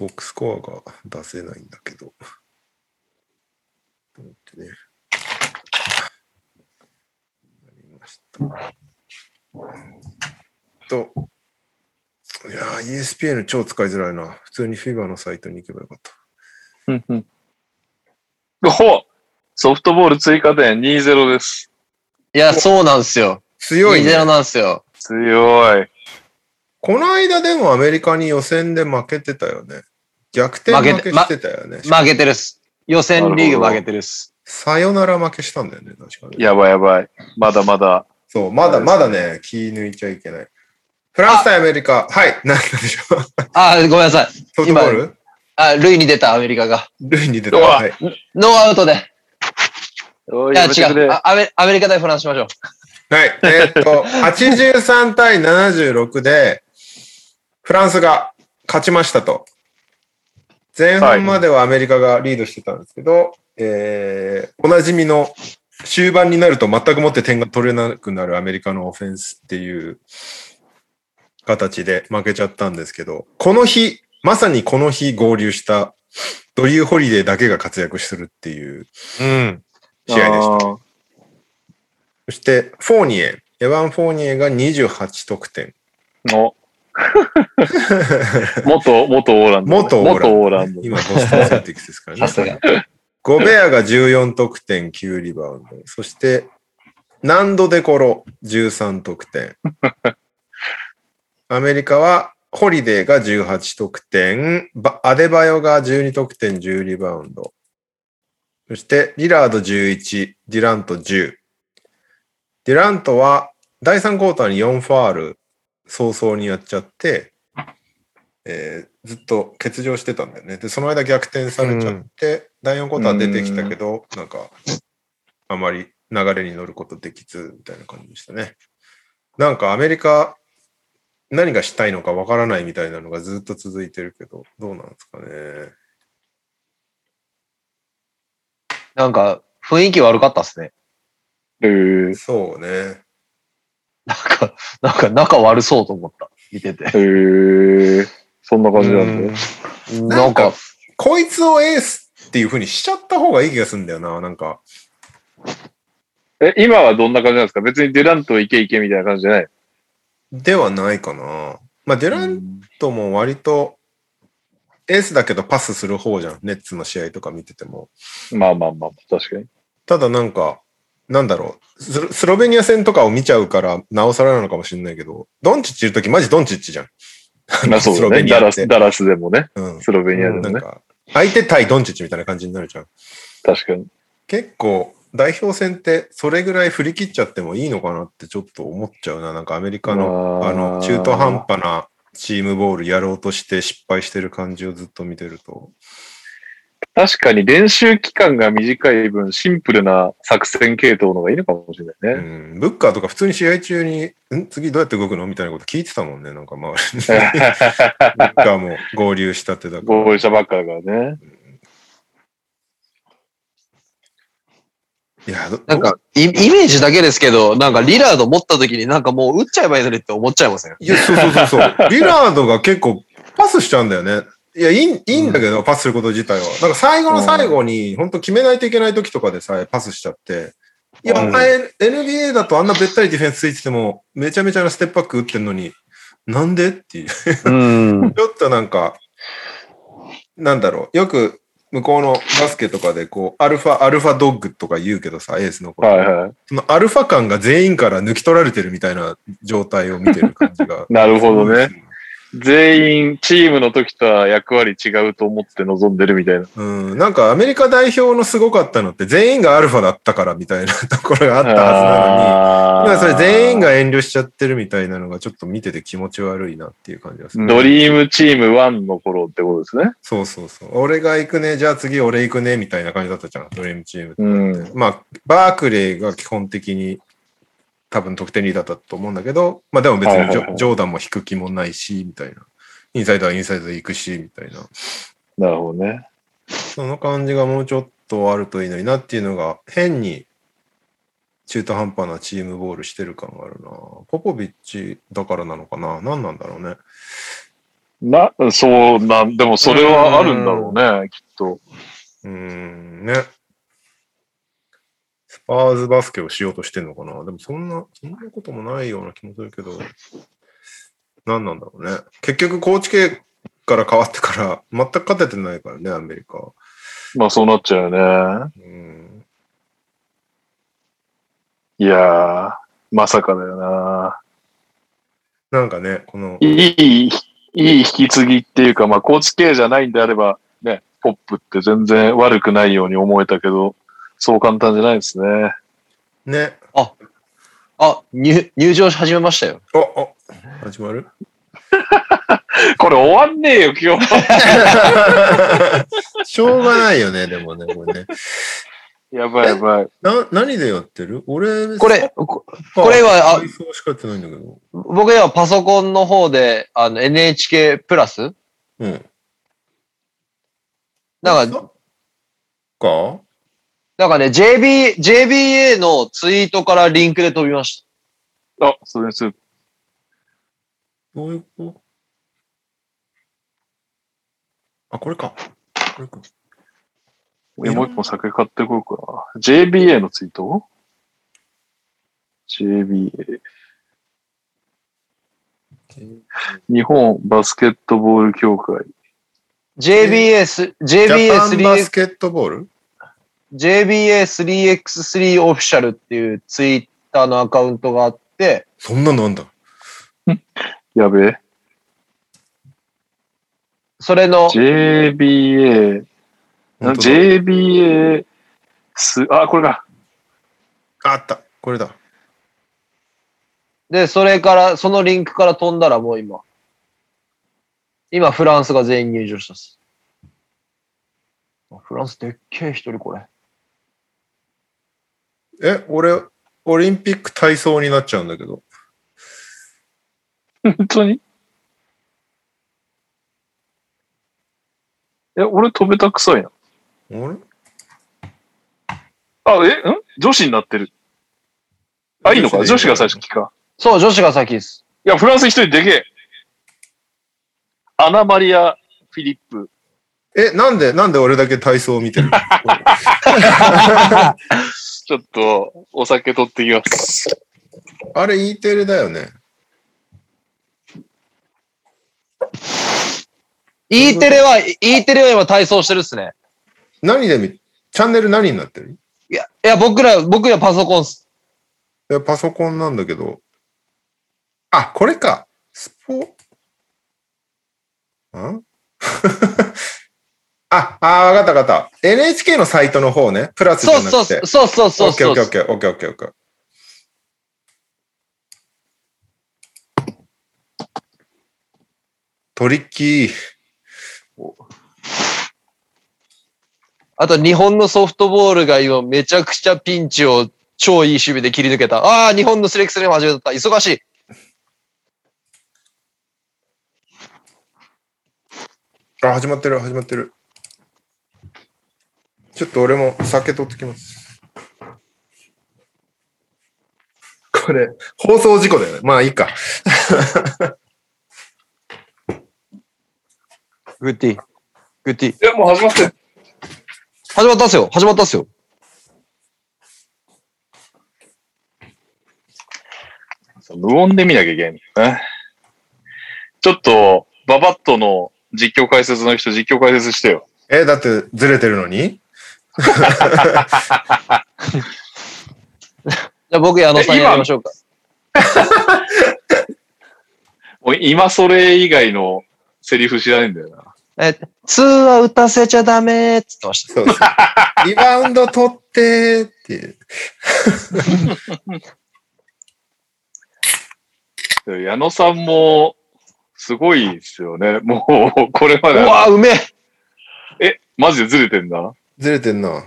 ボックスコアが出せないんだけど。と思ってね。なりました。と、いやー ESPN 超使いづらいな。普通に FIBA のサイトに行けばよかった。
ほうソフトボール追加点2-0です。
いや、そうなんですよ。
強い、ね。
2-0なんですよ。
強い。
この間でもアメリカに予選で負けてたよね。逆転負けしてたよね。
負けてるっす。予選リーグ負けてるっす。
さよなら負けしたんだよね、確かに。
やばいやばい。まだまだ。
そう、まだまだね、気抜いちゃいけない。フランス対アメリカ。はい、なんでしょう。
あ、ごめんなさい。
ソフトボール
あ、塁に出たアメリカが。
ルイに出た。
うわ
はい。
ノーアウトで。
お
い
い
や、
やめてく
違
れ
う。あアメアメリカ対フランスしましょう。
はい。えーっと、83対76で、フランスが勝ちましたと。前半まではアメリカがリードしてたんですけど、えーおなじみの終盤になると全くもって点が取れなくなるアメリカのオフェンスっていう形で負けちゃったんですけど、この日、まさにこの日合流したドリュー・ホリデーだけが活躍するっていう
うん。
試合でした。
あー
そして、フォーニエ、エヴァン・フォーニエが28得点。
の元、元オーランドね。
元オーランド
元オーランド。
今、ボストンセルティックスですから
さ
ね。
すが。
ゴベアが14得点、9リバウンド。そして、ナンド・デコロ、13 得点。アメリカは、ホリデーが18得点、バアデバヨが12得点、10リバウンド。そして、リラード11、ディラント10。ディラントは、第3クォーターに4ファール、早々にやっちゃって、えーずっと欠場してたんだよね。で、その間逆転されちゃって、第4クォーター出てきたけど、なんか、あまり流れに乗ることできず、みたいな感じでしたね。なんかアメリカ、何がしたいのかわからないみたいなのがずっと続いてるけど、どうなんですかね。
なんか、雰囲気悪かったっすね。
えー
そうね。
なんか、なんか仲悪そうと思った。見てて。
えーそんな感じなんだ。
なんか、
こいつをエースっていう風にしちゃった方がいい気がするんだよな、なんか。
え、今はどんな感じなんですか別にデュラントいけいけみたいな感じじゃない。
ではないかな。まあ、デュラントも割と、エースだけどパスする方じゃん。ネッツの試合とか見てても。
まあまあまあ、確 かに。
ただなんか、なんだろう。スロスロベニア戦とかを見ちゃうから、なおさらなのかもしれないけど、ドンチッチいるときマジドンチッチじゃん。
まあそう
ス
だ
ロベ
ね。
ニ
ダ
ア
ラ
っ
ス、
て。
ダラスでもね。
うん。
スロベニアでも
なん
ね。
か、相手対ドンチッチみたいな感じになるじゃん。
確かに。
結構、代表戦ってそれぐらい振り切っちゃってもいいのかなってちょっと思っちゃうな。なんかアメリカの
あー
あの中途半端なチームボールやろうとして失敗してる感じをずっと見てると。
確かに練習期間が短い分、シンプルな作戦系統の方がいいのかもしれな
う
いね。
ん、ブッカーとか普通に試合中に、ん次どうやって動くのみたいなこと聞いてたもんね。なん か周り に。ブッカーも合流したってだ から。
合意したばっかだからね。
いや、ど
なんか、イイメージだけですけど、なんかリラード持った時になんかもう打っちゃえばいいのにって思っちゃいません
いや、そうそうそうそう。リラードが結構パスしちゃうんだよね。いや、いいいいんだけど、パスすること自体は。なんか最後の最後に、本当決めないといけない時とかでさえパスしちゃって。いや、
うん
あれ NBA だとあんなべったりディフェンスついてても、めちゃめちゃなステップバック打ってんのに、なんでっていう。 ち
うん。
ょっとなんか、なんだろう。よく向こうのバスケとかで、こう、アルファ、アルファドッグとか言うけどさ、エースのこと。
はいはい。
そのアルファ感が全員から抜き取られてるみたいな状態を見てる感じ が。
なるほどね。全員、チームの時とは役割違うと思って臨んでるみたいな。
うん、なんかアメリカ代表のすごかったのって全員がアルファだったからみたいなところがあったはずなのに、今それ全員
が。
が遠慮しちゃってるみたいなのがちょっと見てて気持ち悪いなっていう感じがする。
ドリームチーム1の頃ってことですね。
そうそうそう。俺が行くね、じゃあ次俺行くね、みたいな感じだったじゃん、ドリームチーム。
うん。
まあ、バークレーが基本的に多分得点リーダーだったと思うんだけど、まあでも別にジョ,、
はいはいはい
ジョーダンも引く気もないし、みたいな。インサイドはインサイドで行くし、みたいな。
なるほどね。
その感じがもうちょっとあるといいのになっていうのが、変に中途半端なチームボールしてる感があるな。ポポビッチだからなのかな何なんだろうね。
な、そうなん、でもそれはあるんだろうね、きっと。
うーん、ね。スパーズバスケをしようとしてんのかなでもそんな、そんなこともないような気もするけど、何なんだろうね。結局、コーチ系から変わってから、全く勝ててないからね、アメリカ。
まあそうなっちゃうよね。
うん。
いやー、まさかだよな。
なんかね、この、
いい、いい引き継ぎっていうか、まあコーチ系じゃないんであれば、ね、ポップって全然悪くないように思えたけど、そう簡単じゃないですね。
ね、
あ、入、入場し始めましたよ。
あ、あ、始まる
これ終わんねえよ、今日。
しょうがないよね、でもね、これね。
やばいやばい。
な、何でやってる俺、
これ、ここれはあ
体操しかやってないんだけど。
僕はパソコンの方で、あの、NHK プラス
うん。
なんか、
そっか
なんかね、JB、JBA のツイートからリンクで飛びまし
あ、それです。
どういうことあ、これか。これか。
えもう一本酒買ってこようかな。JBA のツイート ?JBA。日本バスケットボール協会。
た。JBA す、JBA
ジャパンバス
3X、
ケットボール
JBA 3X3 オフィシャルっていうツイッターのアカウントがあって、
そんなのあんだ。
やべえ。
それの、
JBA。な
本当だ
JBA す、あ、これか。
ああった。これだ。
で、それから、そのリンクから飛んだらもう今、今フランスが全員入場したっす。あフランスでっけえ一人これ。
え、俺、オリンピック体操になっちゃうんだけど。
本当にえ、俺飛べたくさいな。
あれ
あ、え、ん女子になってる。あ、いいのか女
女
子
子でいいのか
が最初聞くか。
そう、女子が先です。
いや、フランス一人でけえ。アナマリア・フィリップ。
え、なんで、なんで俺だけ体操を見てるの
ちょっと、お酒取ってきます。
あれ E テレだよね。
E テレは、E テレは今体操してるっすね。
何で見、チャンネル何になってる
いや、いや、僕ら、僕らパソコンっす。
いや、パソコンなんだけど。あ、これか。スポ。んあ、 あ、あー、わかったわかった。NHK のサイトの方ね。プラスじゃ
そう
なくて。
そうそうそうそうそうそう
オッケーオッケーオッケーオッケーオッケーオッケー。トリッキー。
あと日本のソフトボールが今めちゃくちゃピンチを超いい守備で切り抜けた。ああ、日本のスレックスでも始めだった。忙しい。
あ、始まってる、始まってる。ちょっと俺も酒取ってきます。これ、放送事故だよね。まあいいか。
グッティ。グッティ。
いや、もう始まってる。
始まったっすよ。始まったっすよ。
無音で見なきゃいけないんだよね。ちょっと、ババットの実況解説の人、実況解説してよ。
え、だってずれてるのに
じゃあ僕、矢野さん
え今
やりましょうか。
もう今それ以外のセリフ知らねえんだよな。
え、ツーは打たせちゃダメーって言ってました。
そうそう。リバウンド取ってーっていう。
でも矢野さんも、すごいですよね。もう、これま
う
で。
わー、うめえ
え、マジでずれてんだ。
ずれてんな。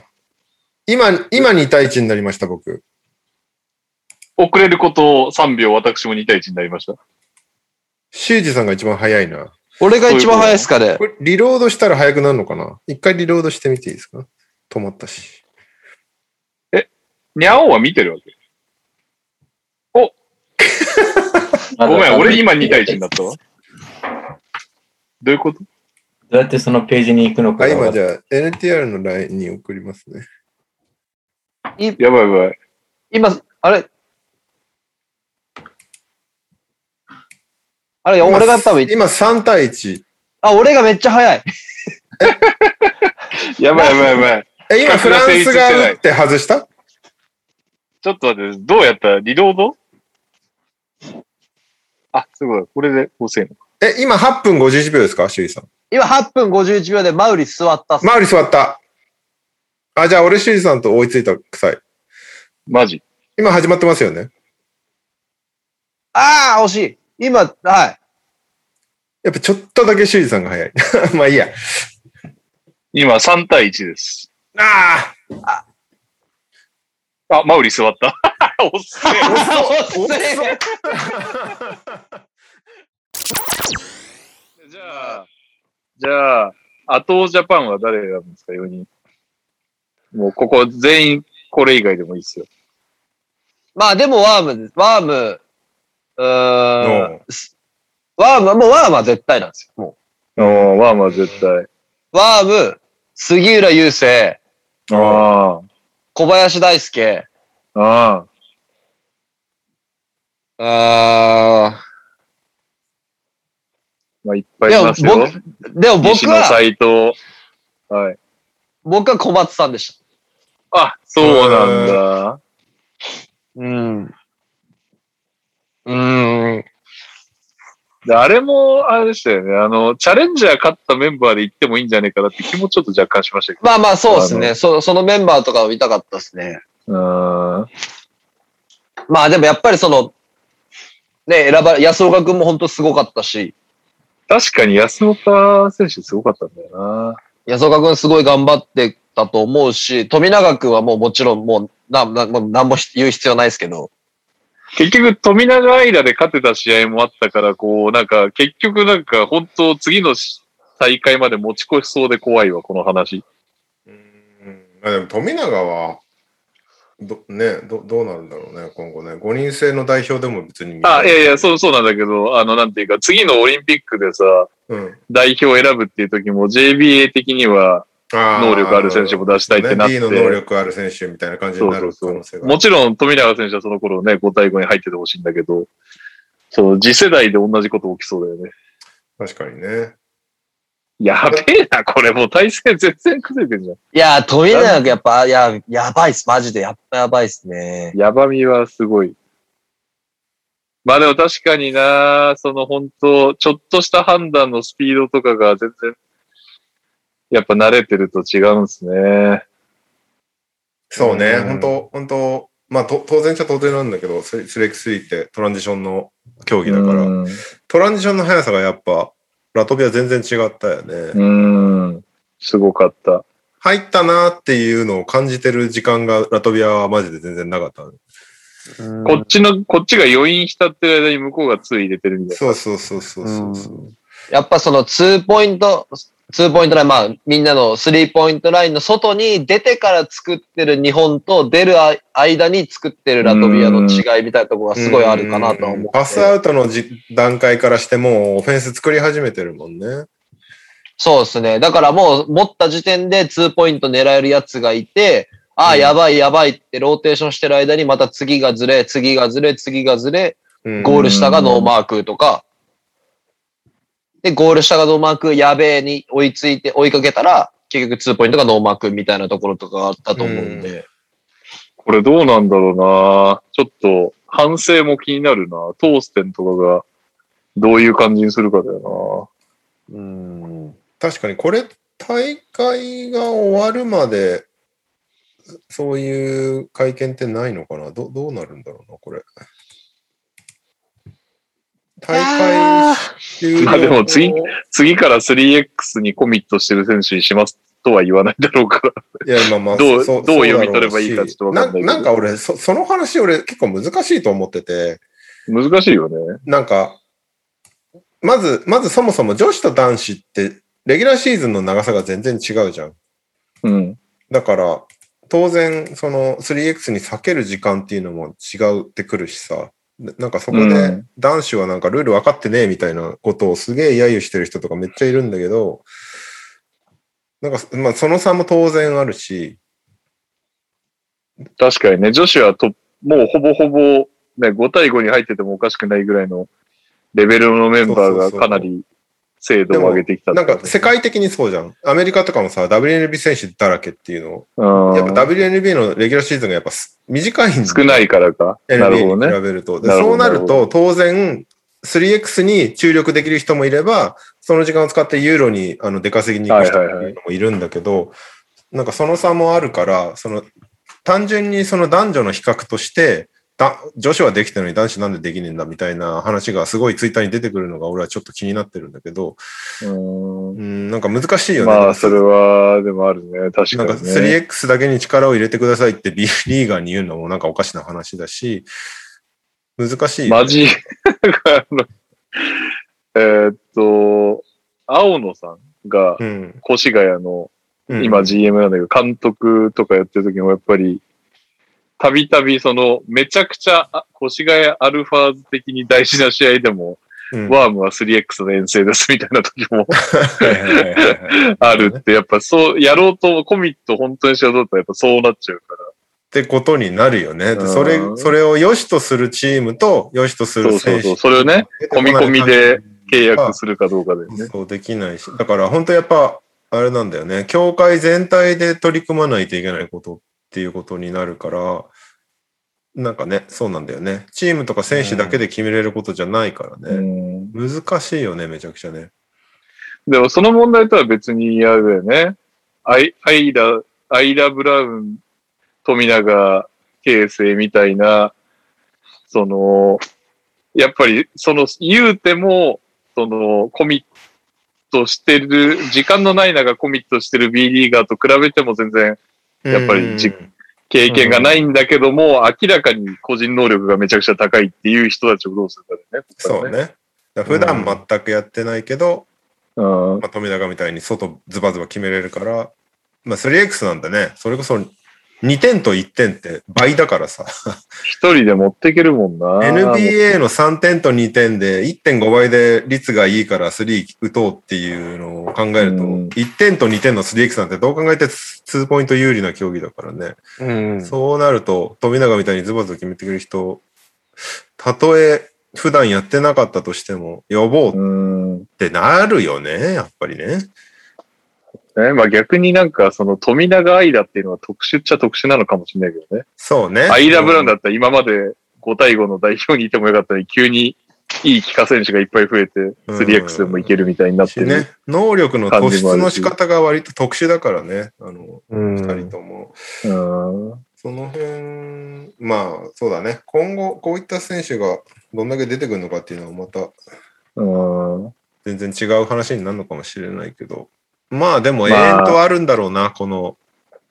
今、今2対1になりました、僕。
遅れること3秒、私も2対1になりました。
修二さんが一番早いな。
俺が一番早いっすかね
こ。れ、リロードしたら早くなるのかな一回リロードしてみていいですか止まったし。
にゃおは見てるわけ。 ごめん、俺今2対1になったわ。どういうこと
どうやってそのページに行くのか
あ、
が
今じゃあ NTR の LINE に送りますね。
やばいやばい。
今、あれあれ、
今
俺が多分、
今3対1。
あ、俺がめっちゃ早い。
やばいやばいやばい。
え、今フ
比較が
ラ
成
ン
立
ス
してない
が打って外した
ちょっと待って、どうやったリロードあ、そういうことだ。これで5000円。
え、今8分51秒ですか修二さん。
今8分51秒でマウリ座ったっす。
周り座った。あ、じゃあ俺修二さんと追いついたくさい。
マジ。
今始まってますよね。
ああ、惜しい。今、はい。
やっぱちょっとだけ修二さんが早い。 まあいいや。
今3対1です。
あ
あ、マウリ座った。 おっせえ
惜しい
じゃあ、じゃあ、アトージャパンは誰選ぶんですか ?4 人。もうここ全員これ以外でもいいですよ。
まあでもワーム、ワーム、う
あ
ーん、ワームは、もうワームは絶対なんですよ。も
うん、ワーマは絶対。
う。ワーム、杉浦雄星、
あ
小林大輔、
あ、あ
あ
まあ、いっぱいいますよ。
ーでも僕
西野
は、
斎藤。はい。
僕は小松さんでした。
あ、そうなんだ。
うん。うーん。
であれも、あれでしたよね。あの、チャレンジャー勝ったメンバーで行ってもいいんじゃねえかなって気もちょっと若干しましたけ
まあまあそうです
あ
ね。そそのメンバーとかを見たかったですね。
ど。うん。
まあでもやっぱりその、ね、選ばれ、安岡くんも本当すごかったし、
確かに安岡選手すごかったんだよな。
安岡くんすごい頑張ってたと思うし、富永くんはもうもちろんもう、な、な、もう何も言う必要ないですけど、
結局、富永アイラで勝てた試合もあったから、こう、なんか、結局なんか、本当次のし大会まで持ち越しそうで怖いわ、この話。
あでも富永は、どね、どどうなるんだろうね、今後ね。5人制の代表でも別に見た
あ、いやいや、そう、そうなんだけど、あの、なんていうか、次のオリンピックでさ、
うん、
代表選ぶっていう時も JBA 的には
あー
能力ある選手も出したいってなっ
ね
て、
B の能力ある選手みたいな感じに
そう
な
そう
る可
そ
能性
う。
があ
も
る。
ちろん富永選手はその頃ね、5対5に入っててほしいんだけど、そう、次世代で同じこと起きそうだよね。
確かにね。
やべえな、これもう対戦全然崩れてんじゃん。
いやー、富永くんやっぱ、いや、やばいっす。マジで、やっぱやばいっすね。
やばみはすごい。まあでも確かにな、その本当、ちょっとした判断のスピードとかが全然、やっぱ慣れてると違うんですね。
そうね、
うん
本当本当まあと当然っちゃ当然なんだけど、スレック3ってトランジションの競技だから、
うん
トランジションの速さがやっぱ、ラトビア全然違ったよね。
うん。すごかった。
入ったなっていうのを感じてる時間がラトビアはマジで全然なかったね。
こっちの、こっちが余韻浸ってる間に向こうが2入れてるみたい
そうそうそうそうそうそう。
やっぱその2ポイント、2ポイントライン、まあみんなの3ポイントラインの外に出てから作ってる日本と出るあ間に作ってるラトビアの違いみたいなところがすごいあるかなとは思って。
パスアウトのじ段階からしてもうオフェンス作り始めてるもんね。
そうですね。だからもう持った時点で2ポイント狙えるやつがいて、ああ、やばいやばいってローテーションしてる間にまた次がずれ、次がずれ、次がずれ、
うん
ゴール下がノーマークとか、で、ゴール下がノーマーク、やべえに追いついて、追いかけたら、結局2ポイントがノーマークみたいなところとかがあったと思うんで、
な。これどうなんだろうなちょっと反省も気になるなトーステンとかがどういう感じにするかだよ
確かにこれ大会が終わるまでそういう会見ってないのかなどどうなるんだろうなこれ大会終了
まあでも次な次から 3X にコミットしてる選手にしますとは言わないだろうから。
いやまあまあ
どう
そそ
どう
そだろ
読み取ればいいかちょっとわかんないけど
しなんか俺そその話俺結構難しいと思ってて
難しいよね。
なんかまずまずそもそも女子と男子ってレギュラーシーズンの長さが全然違うじゃん
うん。
だから、当然、その 3X に避ける時間っていうのも違うってくるしさ、ななんかそこ
う
で
ん
男子はなんかルール分かってねえみたいなことをすげえ揶揄してる人とかめっちゃいるんだけど、なんか、まあその差も当然あるし、
確かにね、女子はと、もうほぼほぼ、ね、5対5に入っててもおかしくないぐらいのレベルのメンバーがかなり精度を上げてきたって
なん
こと
か世界的にそうじゃん。アメリカとかもさ、WNB 選手だらけっていうの
うん
を、やっぱ WNB のレギュラーシーズンがやっぱす短いんだよね
少ないからか。なる
NBA
ほど
に
ね。
比べると。で
なるほ
そ
ど
うなると、当然、3X に注力できる人もいれば、その時間を使ってユーロにあの出稼ぎに行く人
はいはいはい
もいるんだけど、なんかその差もあるから、その単純にその男女の比較として、だ女子はできたのに男子なんでできねえんだみたいな話がすごいツイッターに出てくるのが俺はちょっと気になってるんだけど、
うん
うん、なんか難しいよね。
まあ、それは、でもあるね。確
なん
か
か
にね。
3X だけに力を入れてくださいって B リーガーに言うのもなんかおかしな話だし、難しいよね、
マジ、 あのえーっと、青野さんが、
うん。
越谷の、
うん
今 GM なんだけど、監督とかやってる時もやっぱり、たびたびその、めちゃくちゃ、あ越谷アルファーズ的に大事な試合でも、
うん
ワームは 3X の遠征ですみたいな時も
はいはいはいはい
あるって、やっぱそう、やろうと、コミット本当にしようと思ったらやっぱそうなっちゃうから。
ってことになるよね。
う
で
ん
それ、それを良しとするチームと、良しと
そ
す
う
る
そう
選
そ
手
う。。それをね、込み込みで契約するかどうかだよ
そう
ね。
そうできないし。だから本当やっぱ、あれなんだよね。協会全体で取り組まないといけないことっていうことになるから、なんかね、そうなんだよね。チームとか選手だけで決めれることじゃないから
う
ね。
ん
難しいよね、めちゃくちゃね。
でもその問題とは別にあれだよね。アイアイラ、アイラ・ブラウン、富永、啓生みたいな、その、やっぱり、その、言うても、その、コミットしてる、時間のない中コミットしてる B リーガーと比べても全然やっぱりじ
うん
経験がないんだけども、明らかに個人能力がめちゃくちゃ高いっていう人たちをどうするかだよね。ここ
そう
は。
ね。だから普段全くやってないけど、
うん。
まあ、富永みたいに外ズバズバ決めれるから、まあ、3X なんでね、それこそ2点と1点って倍だからさ、
一人で持っていけるもんな。
NBA の3点と2点で1.5倍で率がいいから3打とうっていうのを考えると、
うん
1点と2点の 3X なんてどう考えて2ポイント有利な競技だからね。
うん
そうなると、富永みたいにズバズバ決めてくれる人、たとえ普段やってなかったとしても、呼ぼう
うん。
ってなるよね、やっぱりね。
ね、まあ逆になんかその富永アイラっていうのは特殊っちゃ特殊なのかもしれないけどね。
そうね。
アイラブラウンだったら今まで5対5の代表にいてもよかったのに急にいい帰化選手がいっぱい増えて、3X でもいけるみたいになってる。
ね、能力の突出の仕方が割と特殊だからね、あの、
うん。
二人とも。
うん。
その辺、まあ、そうだね。今後、こういった選手がどんだけ出てくるのかっていうのはまた
うん。
全然違う話になるのかもしれないけど、まあでも永遠とあるんだろうな、この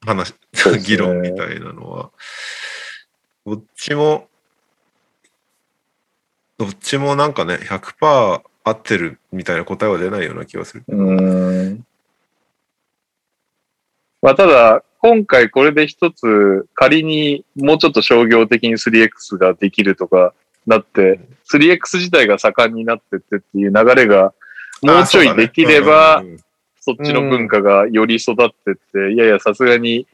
話、
そうですね
議論みたいなのは。どっちも、どっちもなんかね、100%合ってるみたいな答えは出ないような気がする。
うん。まあ、ただ、今回これで一つ、仮にもうちょっと商業的に 3X ができるとかなって、3X 自体が盛んになってってっていう流れが、もうちょいできれば、そっちの文化がより育ってって、いやいや、さすがに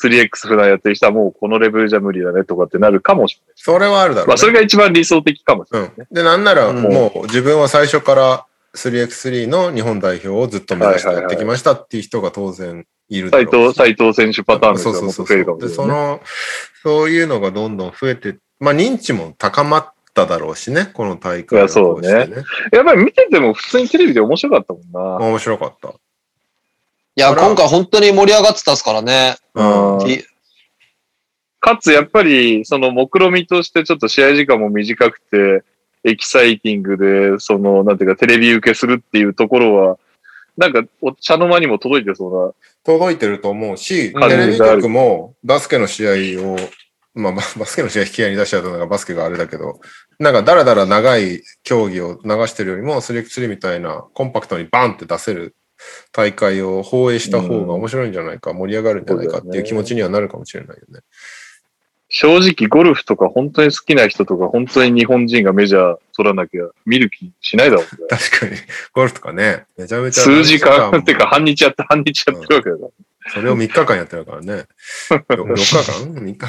3X 普段やってる人はもうこのレベルじゃ無理だねとかってなるかもしれないし。
それはあるだろう、ね。
まあ、それが一番理想的かもしれない。
うん、で、なんなら
うん
もう自分は最初から 3x3 の日本代表をずっと目指してやってきましたっていう人が当然いるだろ
斎
うし
藤、斎藤選手パターンの
そ
人
う
がも
そう
っ
そ
と
う
増えるか
そう。
もしれ
で、
ない。
その、そういうのがどんどん増えて、まあ認知も高まっただろうしね、この大会を通して
いや
ね。
やっぱり見てても普通にテレビで面白かったもんな。
面白かった。
いや、
そら
今回本当に盛り上がってたっすからね。
うん
うん
い
かつやっぱり、その目論見みとしてちょっと試合時間も短くて、エキサイティングで、その、なんていうか、テレビ受けするっていうところは、なんか、お茶の間にも届いてそう
届いてると思うし、
感
テ
じがあ
レ
る
ビ局もバスケの試合を、まあ、 ババスケの試合引き合いに出しちゃうとなんかバスケがあれだけど、なんかだらだら長い競技を流してるよりも、3x3 みたいなコンパクトにバンって出せる大会を放映した方が面白いんじゃないか、盛り上がるんじゃないかっていう気持ちにはなるかもしれないよね。
正直、ゴルフとか本当に好きな人とか、本当に日本人がメジャー取らなきゃ、見る気しないだろうね。
確かに、 ゴルフとかね、めちゃめちゃ。
数時間、っていうか、半日やって、半日やってるわけだから。
それを3日間やってるからね。4日間 ?3 日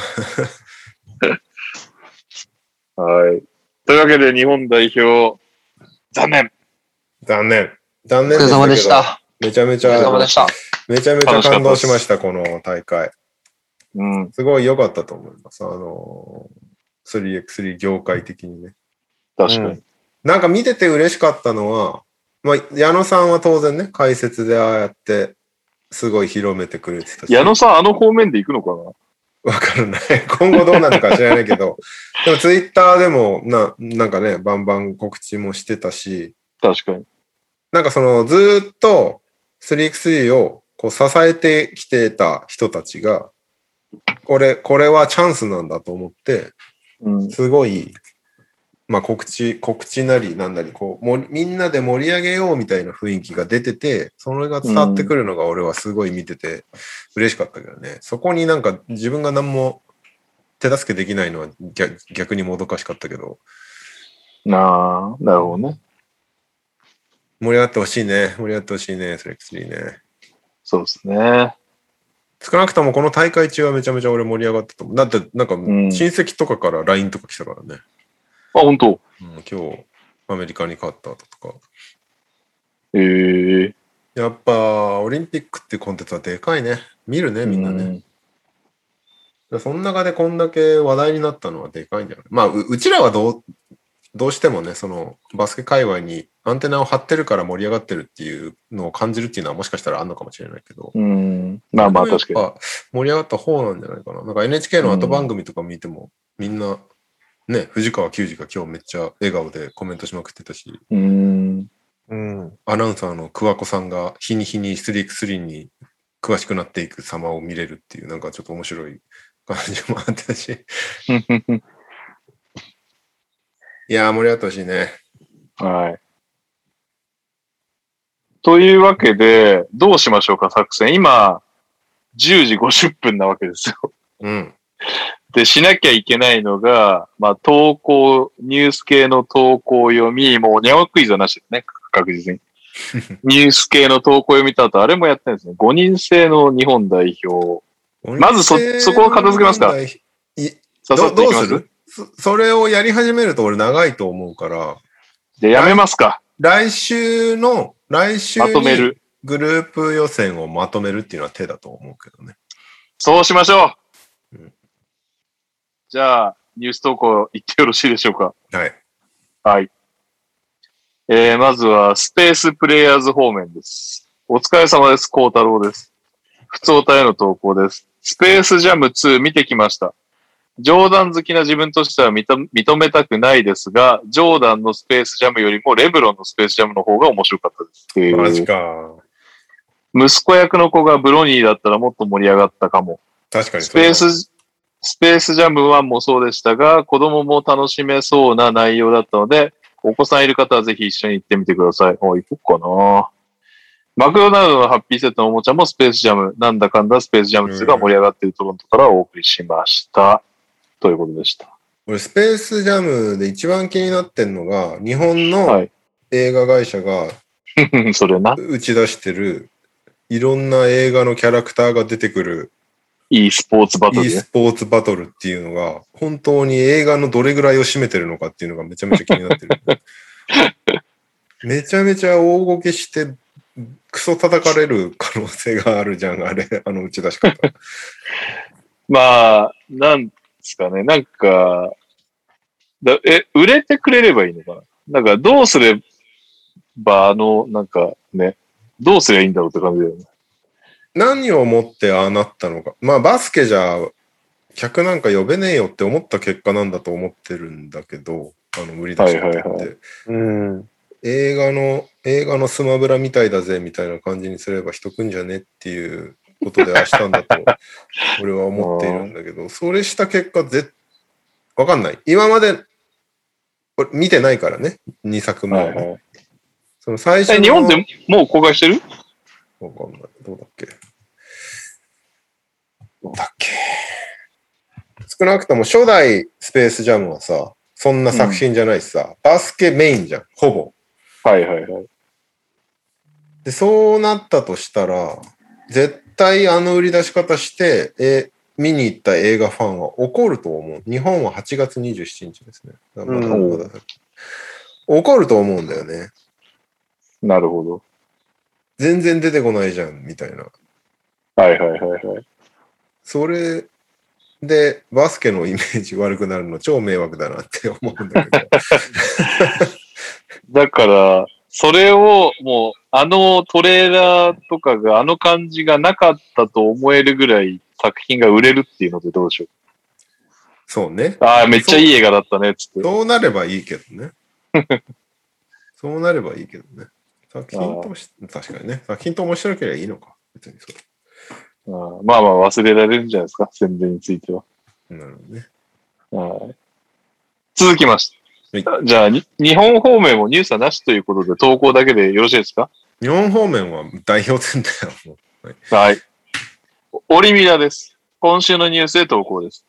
はい。というわけで、日本代表、残念
残念。残
お
念
疲れ様でし
け
た。
ど。めちゃめち
お疲れ
ゃ、
様でした。
めちゃめちゃ感動しました、この大会。
うん。
すごい良かったと思います。あのー、3x3 業界的にね。
確かに。
なんか見てて嬉しかったのは、まあ、矢野さんは当然ね、解説でああやって、すごい広めてくれてたし。
矢野さん、あの方面で行くのかな
わからない。 今後どうなるか知らないけど、でもツイッターでもな、なんかね、バンバン告知もしてたし、
確かに。
なんかそのずーっと 3x3 をこう支えてきてた人たちが、これ、これはチャンスなんだと思って、
うん。
すごい、まあ告知、告知なりなんなり、こう、もりみんなで盛り上げようみたいな雰囲気が出てて、それが伝わってくるのが俺はすごい見てて嬉しかったけどね。そこになんか自分が何も手助けできないのは逆逆にもどかしかったけど、
なあ、なるほどね。
盛り上がってほしいね。盛り上がってほしいね、3x3 ね。
そうですね。
少なくともこの大会中はめちゃめちゃ俺盛り上がったと思う。だってなんか親
ん
戚とかから LINE とか来たからね。
あ、本当。
うん、今日アメリカに勝ったとか。
ええ
やっぱオリンピックってコンテンツはでかいね。見るね、みんなね。その中でこんだけ話題になったのはでかいんじゃないまあう、うちらはどう、どうしてもね、そのバスケ界隈にアンテナを張ってるから盛り上がってるっていうのを感じるっていうのはもしかしたらあるのかもしれないけど。
うん。まあまあ、確かに。
に。盛り上がった方なんじゃないかな。なんか NHK の後番組とか見ても、みんな、ね、藤川球児が今日めっちゃ笑顔でコメントしまくってたし、
うん。
うん。
アナウンサーの桑子さんが日に日に 3x3 に詳しくなっていく様を見れるっていう、なんかちょっと面白い感じもあったし。 いやー、盛り上がってほしいね。
はい。というわけで、どうしましょうか、作戦。今、10時50分なわけですよ。
うん。
で、しなきゃいけないのが、まあ、投稿、ニュース系の投稿を読み、もう、ニャワクイズはなしですね、確 実に。ニュース系の投稿を読みた後、あれもやってるんですね。5人制の日本代表。まずそそこを片付けますか
い
さ
ど
さ
う
っと
ど
いうきます
るそそれをやり始めると俺長いと思うから、
じゃあやめますか。
来週の、来週
まとめ
に
る。
グループ予選をまとめるっていうのは手だと思うけどね。
そうしましょう
うん。
じゃあ、ニュース投稿行ってよろしいでしょうか。
はい。
はい。えー、まずは、スペースプレイヤーズ方面です。お疲れ様です。幸太郎です。普通歌への投稿です。スペースジャム2見てきました。冗談好きな自分としては認認めたくないですが、ジョーダンのスペースジャムよりもレブロンのスペースジャムの方が面白かったですっていう。
マジか。
息子役の子がブロニーだったらもっと盛り上がったかも。
確かに
ス
それ
ペー
は
ス、スペースジャム1もそうでしたが、子供も楽しめそうな内容だったので、お子さんいる方はぜひ一緒に行ってみてください。おい、行こうかな。マクドナルドのハッピーセットのおもちゃもスペースジャム、なんだかんだスペースジャム2が盛り上がっているトロントからお送りしました。ということでした。
俺、スペースジャムで一番気になってんのが、日本
は
の
い
映画会社が
それな、
打ち出してる、いろんな映画のキャラクターが出てくる
e スポーツバト
e
ルね
スポーツバトルっていうのが、本当に映画のどれぐらいを占めてるのかっていうのがめちゃめちゃ気になってる。 めちゃめちゃ大ごけして、クソ叩かれる可能性があるじゃん、あれ、あの打ち出し方。
まあ、なんですかね、なんか、だえ、売れてくれればいいのかななんか、どうすれば、あの、なんかね、どうすればいいんだろうって感じだよね。
何をもってああなったのか。まあ、バスケじゃ、客なんか呼べねえよって思った結果なんだと思ってるんだけど、あの、売り出し方って、
はいはい
うん。
映画の、映画のスマブラみたいだぜ、みたいな感じにすれば人来んじゃねっていうことであしたん だと、俺は思っているんだけど、それした結果、ぜ、わかんない。今まで、これ見てないからね、2作目
は
はいね、
はい。
その最初
え
の
日本でもう公開してる
わかんない。どうだっけどうだっけ少なくとも初代スペースジャムはさ、そんな作品じゃないしさ、バスケメインじゃん、ほぼ。
はいはいはい。
で、そうなったとしたら、絶対あの売り出し方して、え、見に行った映画ファンは怒ると思う。日本は8月27日ですね。まだ
うん
まだ怒ると思うんだよね。
なるほど。
全然出てこないじゃん、みたいな。
はいはいはいはい。
それでバスケのイメージ悪くなるの超迷惑だなって思うん だけど。
だから、それをもう、あのトレーラーとかが、あの感じがなかったと思えるぐらい作品が売れるっていうのでどうでしょ
そうね。
う。ああ、めっちゃいい映画だったね、つって。
そうなればいいけど ね。そうなればいいけどね。作品として、確かにね。作品と面白ければいいのか。別にそ
うんまあまあ忘れられるんじゃないですか、宣伝については。
う。なるほどね。
はい続きまして。
は
じゃあに、日本方面もニュースはなしということで、投稿だけでよろしいですか
日本方面は代表戦だよ。もう
はい。オリミラです。今週のニュースで投稿です。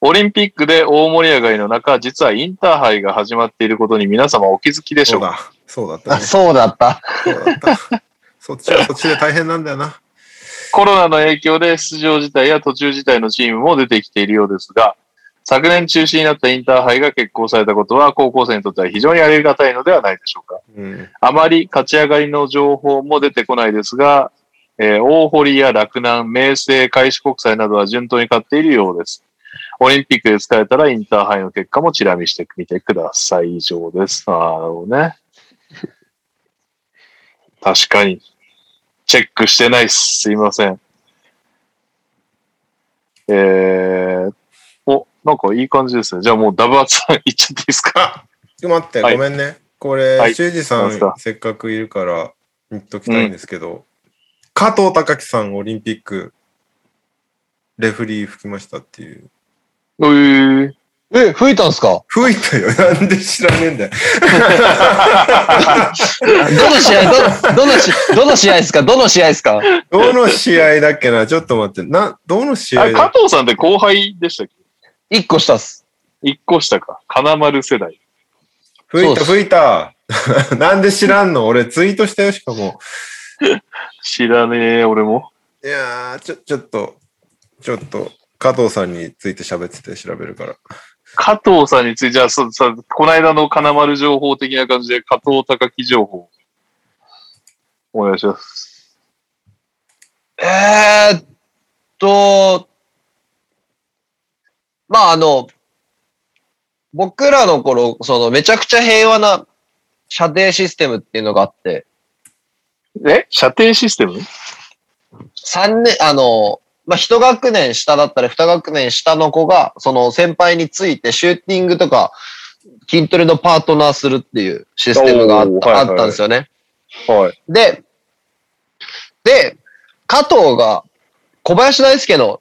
オリンピックで大盛り上がりの中、実はインターハイが始まっていることに皆様お気づきでし
そ
ょ
う
うか
だ。そうだった
あ、
ね。
そうだった。
そうだった。そっちはそっちで大変なんだよな。
コロナの影響で出場自体や途中自体のチームも出てきているようですが、昨年中止になったインターハイが決行されたことは高校生にとっては非常にありがたいのではないでしょうか。
うん。
あまり勝ち上がりの情報も出てこないですが、えー大堀や洛南、明星、開志国際などは順当に勝っているようです。オリンピックで使えたらインターハイの結果もチラ見してみてください。以上です。あーなるほどね。 確かに。チェックしてないっす。すいません。えー、お、なんかいい感じですね。じゃあもうダブアツさんいっちゃっていいですか
ちょっと待って、
はい
ごめんね。こ
は
れ、
い
修二さ
なんすか
ん、せっかくいるから、言っときたいんですけど、加藤隆樹さん、オリンピック、レフリー吹きましたっていう。
うー。
え、吹いたんすか
吹いたよ。 なんで知らねえんだよ。
どの試合、ど、どの試合、どの試合ですかどの試合ですか
どの試合だっけなちょっと待って。な、どの試
あ
合
れ加
だ
藤さんって後輩でしたっけ
一個したっす。
一個下か。金丸世代。
吹いた、
そう
吹いた。 なんで知らんの俺、ツイートしたよ、しかも。
知らねえ、俺も。
いやー、ちょ、ちょっと、ちょっと、加藤さんについて喋ってて調べるから。
加藤さんについて、じゃあ、そさこの間の金丸情報的な感じで、加藤隆樹情報。お願いします。
えーっと、まああの、僕らの頃、そのめちゃくちゃ平和な射程システムっていうのがあって、
え射程システム
3年、あの、まあ、一学年下だったり、二学年下の子が、その先輩についてシューティングとか、筋トレのパートナーするっていうシステムがあっ
おー
た,、
はいはい
あったんですよね。
はい。
で、で、加藤が小林大輔の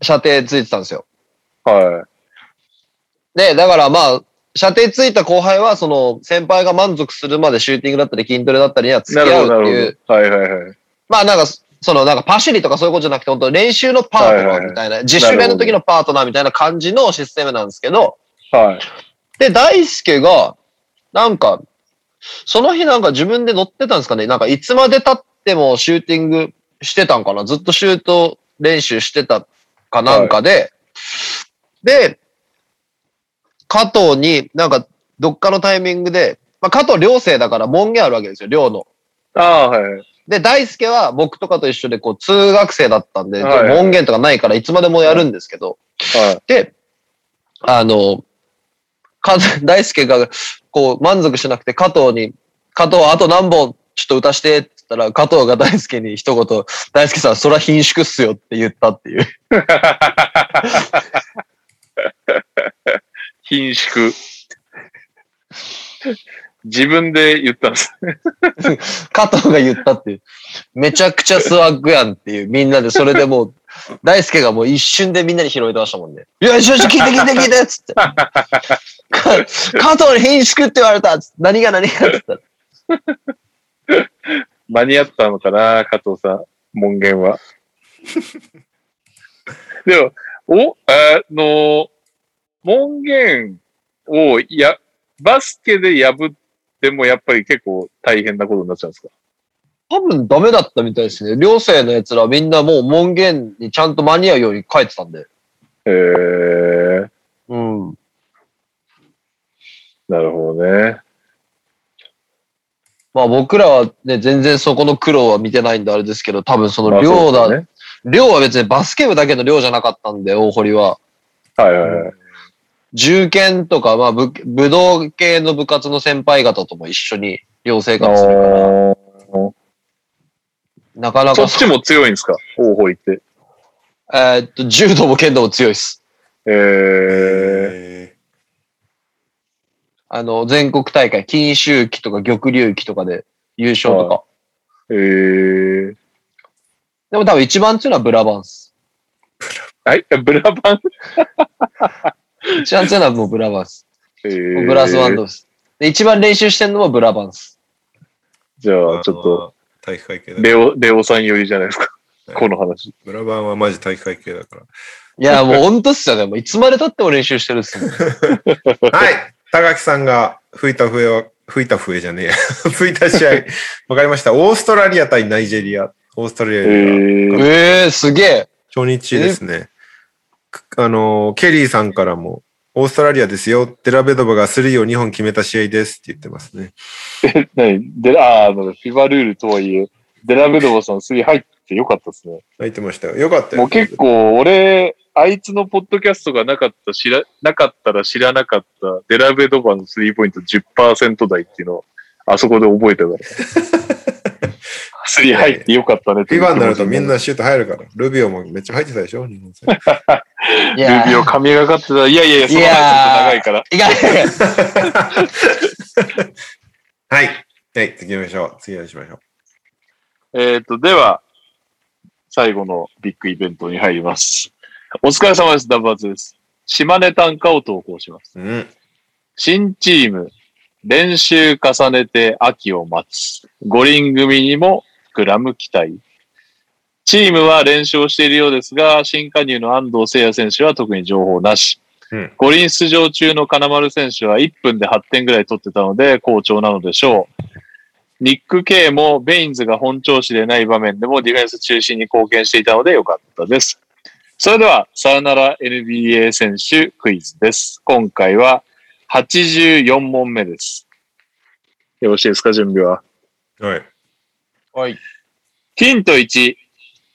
射程ついてたんですよ。
は。
で、だからまあ、射程ついた後輩は、その、先輩が満足するまでシューティングだったり筋トレだったりにはい付
な
き
る
合
ほ
う
ど、な
っていう
る、ほど。はいはいはい。
まあなんか、そのなんかパシリとかそういうことじゃなくて、本当練習のパートナーみたいな、自主練の時のパートナーみたいな感じのシステムなんですけど、
はい。
で、大輔が、なんか、その日なんか自分で乗ってたんですかねなんかいつまで経ってもシューティングしてたんかなずっとシュート練習してたかなんかで、で、加藤になんかどっかのタイミングで、まあ、加藤寮生だから門限あるわけですよ、寮の。
ああ、はい。
で、大輔は僕とかと一緒でこう通学生だったんで、
はい
門限とかないからいつまでもやるんですけど、
はい。
で、あの、か 大輔がこう満足しなくて加藤に、加藤あと何本ちょっと歌してって言ったら加藤が大輔に一言、大輔さんそら貧縮っすよって言ったっていう。
貧縮。自分で言ったんです。
加藤が言ったっていう。めちゃくちゃスワッグやんっていう。みんなでそれでもう、大輔がもう一瞬でみんなに拾えてましたもんね。いや、よしよし、聞いて聞いて聞いてっつって。 か加藤に貧縮って言われたっつって何が何がっつったら
間に合ったのかな、加藤さん。門限は。 でも、お、あの、門限をや、バスケで破ってもやっぱり結構大変なことになっちゃうんですか
多分ダメだったみたいですね。寮生の奴らみんなもう門限にちゃんと間に合うように書いてたんで。
へえ、
うん。
なるほどね。
まあ僕らはね、全然そこの苦労は見てないんであれですけど、多分そ
ま
の
あ
寮
そ
だ、
うですね。
寮は別にバスケ部だけの寮じゃなかったんで、大堀は。
はいはいはい。
銃剣とか、まあ武武道系の部活の先輩方とも一緒に寮生活するから、
あ
なかな
ーそ
か
っちも強いんですか大堀って。
えーっと、柔道も剣道も強いです。
えー、
あの、全国大会、金秋期とか玉龍期とかで優勝とか。
えー、
でも多分一番強いのはブラバンス。
はい、ブラバン。
一番強いのはもうブラバンス。
えー、
ブラスバンドです。で、一番練習してんのもブラバンス。
じゃあ、ちょっと、
と。体育会系だから
レオ、レオさん寄りじゃないですか。
はい
この話。
ブラバンはマジ体育会系だか
い や、もう本当っすよね。もういつまで経っても練習してるっすもん。
ら。はい高木さんが吹いた笛は、吹いた笛じゃねえや。 吹いた 試合。わかりました。オーストラリア対ナイジェリア。オーストラリ
え
アが
ー、
ええすげえ。
初日ですね。くあのー、ケリーさんからも、オーストラリアですよ。デラベドバがスリーを2本決めた試合ですって言ってますね。
何で、ああ、フィバルールとはいえ、デラベドボさん3入ってよかったですね。
入ってましたよ。よかったよ。
もう結構、俺、あいつのポッドキャストがなかった、知ら、なかったら知らなかった、デラベドバのスリーポイント10%台っていうのを、あそこで覚え たから。スリー入ってよかったねって
フィバになるとみん
ル
なシュート入るから。ルビオもめっちゃ入ってたでしょ日本戦。
いや
ビオ神がかってた。いやいやいや、その話ちょっと長いから。
いやいや
はい。はい、次行きましょう。次にしましょう。
えっ、と、では、最後のビッグイベントに入ります。お疲れ様です。ダブアツです。島根短歌を投稿します。
うん。
新チーム、練習重ねて秋を待つ。五輪組にも膨らむ期待。チームは連勝しているようですが、新加入の安藤聖也選手は特に情報なし。
うん
五輪出場中の金丸選手は1分で8点ぐらい取ってたので好調なのでしょう。ニック・ケイもベインズが本調子でない場面でもディフェンス中心に貢献していたので良かったです。それでは、さよなら NBA 選手クイズです。今回は84問目です。よろしいですか、準備は。
はい。
はい。
ヒント1、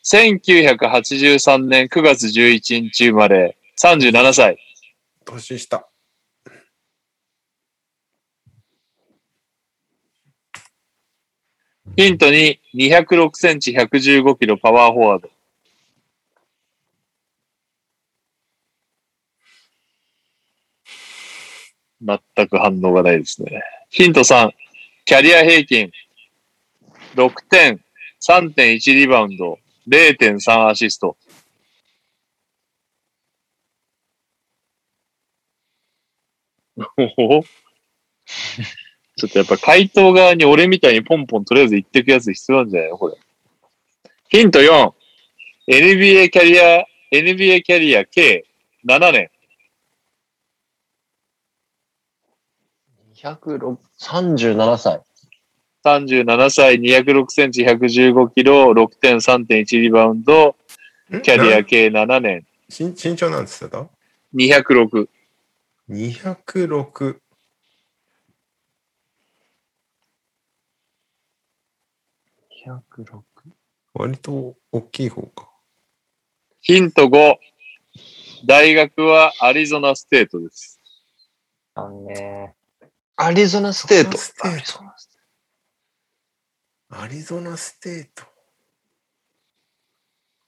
1983年9月11日生まれ、37歳。
年下。
ヒント2、206センチ115キロパワーフォワード。全く反応がないですね。ヒント3、キャリア平均6点、3.1リバウンド、0.3アシスト。おおちょっとやっぱ回答側に俺みたいにポンポンとりあえず言ってくやつ必要なんじゃないのこれ。ヒント4。NBA キャリア、NBA キャリア計7年。
206 37歳。
37歳、206センチ、115キロ、6点、3.1リバウンド、
ん
キャリ
な
ア計7年、
しん身長なんつってた
206。
?206。
206。
割と大きい方か。
ヒント5。大学はアリゾナステートです。
あのね。
アリゾナステート。
ステート
リゾナス
アリゾナステート。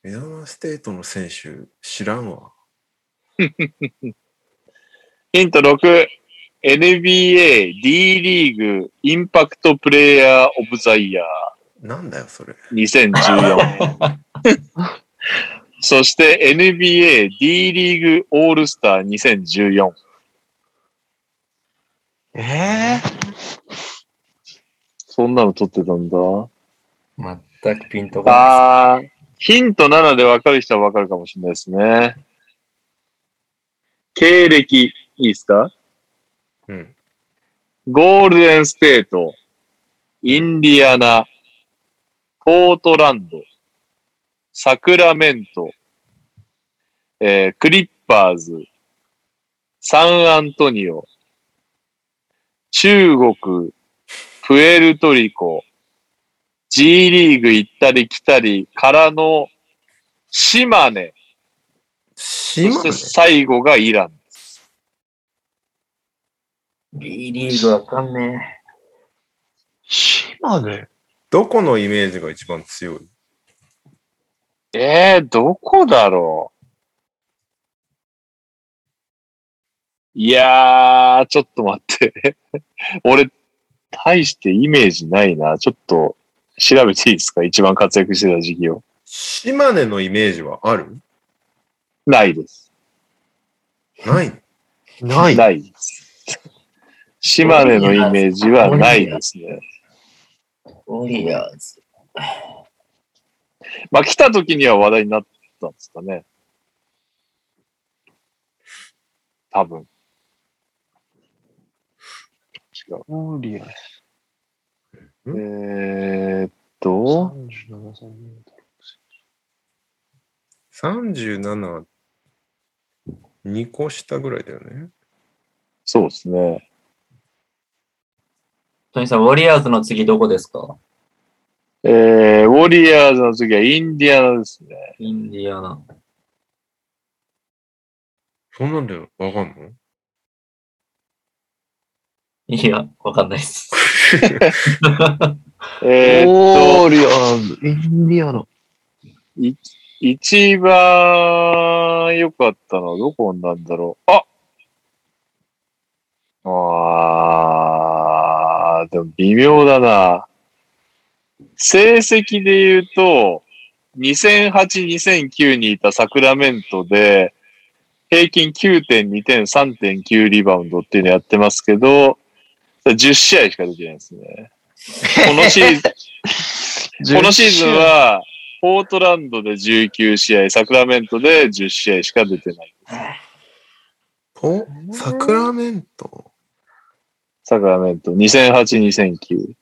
アリゾナステートの選手知らんわ。
ヒント6。NBA D リーグインパクトプレイヤーオブザイヤー。
なんだよ、それ。
2014。そして NBA D リーグオールスター2014。
ええ
そんなの撮ってたんだ。
全くピンとこな
あー、ヒント7で分かる人は分かるかもしれないですね。経歴、いいですか
うん。
ゴールデンステート、インディアナ、ポートランド、サクラメント、えークリッパーズ、サンアントニオ、中国、プエルトリコ、G リーグ行ったり来たりからの島根、そ
島
し
根
て最後がイラン。
い。B リーグわかんね
島根
どこのイメージが一番強い
えー、どこだろういやー、ちょっと待って。 俺、大してイメージないな。ちょっと、調べていいですか一番活躍してた時期を。
島根のイメージはある
ないです。
ない
な
ないです。島根のイメージはないですね。
え。ウォリアーズ。
まあ、来た時には話題になったんですかね。多分。違う。
オーリア。
えーっと、
37歳。
?37、2個下ぐらいだよね。
そうですね。
トニーさん、ウォリアーズの次どこですか
えー、ウォリアーズの次はインディアナですね。
インディアナ。
そんなんでわかんの
いや、わかんないっす。
えーっと、
オーリアーズ。インディアナ。
一番良かったのはどこなんだろう。ああー、でも微妙だな。成績で言うと、2008、2009にいたサクラメントで、平均9.2点、3.9リバウンドっていうのやってますけど、10試合しか出てないですね。このシーズン、このシーズンは、ポートランドで19試合、サクラメントで10試合しか出てない。
おサクラメント
サクラメント、2008、2009。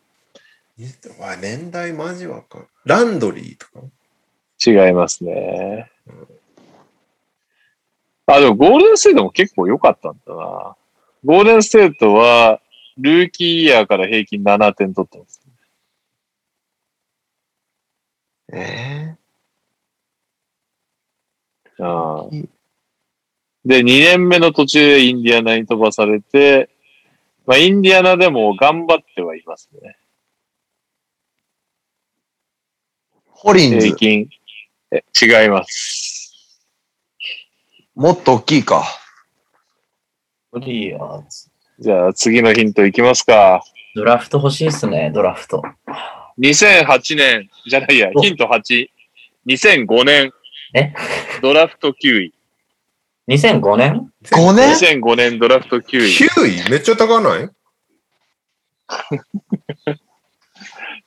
わ年代マジわかんランドリーとか
違いますね。あ、でもゴールデンステートも結構良かったんだな。ゴールデンステートは、ルーキーイヤーから平均7点取ってます。
え
あ
うん
で、2年目の途中でインディアナに飛ばされて、まあ、インディアナでも頑張ってはいますね。
ホリン
平
ズ。
均。え違います。
もっと大きいか。
ウォリアーズ。
じゃあ次のヒントいきますか。
ドラフト欲しいっすね、ドラフト。
2008年、じゃないや、
お
ヒント8。2005年。
え
ドラフト9位。
2005年
5年
2005年ドラフト9位。
9位めっちゃ高ない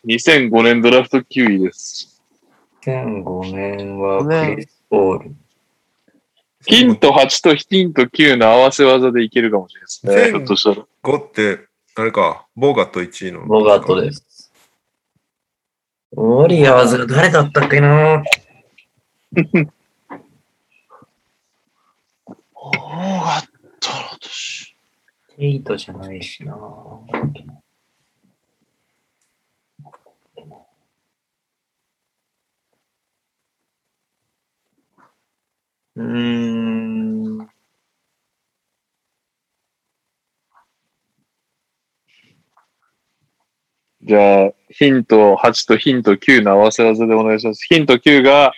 2005年ドラフト9位です。
?2005 年はクリス・ポール。
ヒント8とヒント9の合わせ技でいけるかもしれないですね。
全
ひょっとしたら。
5って、あれか、ボーガット1位の。
ボガートです。ウォリアーズが誰だったっけなエイトじゃないしなうーん。
じゃあ、ヒント8とヒント9の合わせ技でお願いします。ヒント9が、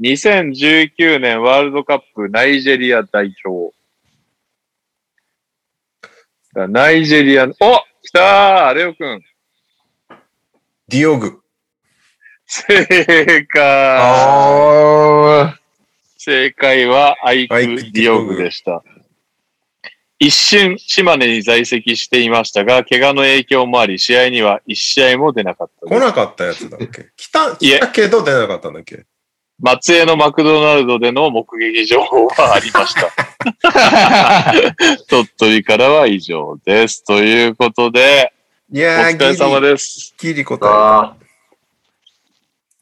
2019年ワールドカップナイジェリア代表。だからナイジェリアの、お来たーレオくん。
ディオグ。
正解
あ
正解は、アイク・
ア
デ
イク
ィオグでした。一瞬、島根に在籍していましたが、怪我の影響もあり、試合には1試合も出なかったです
来なかったやつだっけ来た、
いえ
来たけど出なかったんだっけ
松江のマクドナルドでの目撃情報はありました。鳥取からは以上です。ということで、
い
お
やー、
疲れ様
ギ
です。
リギリ答
あ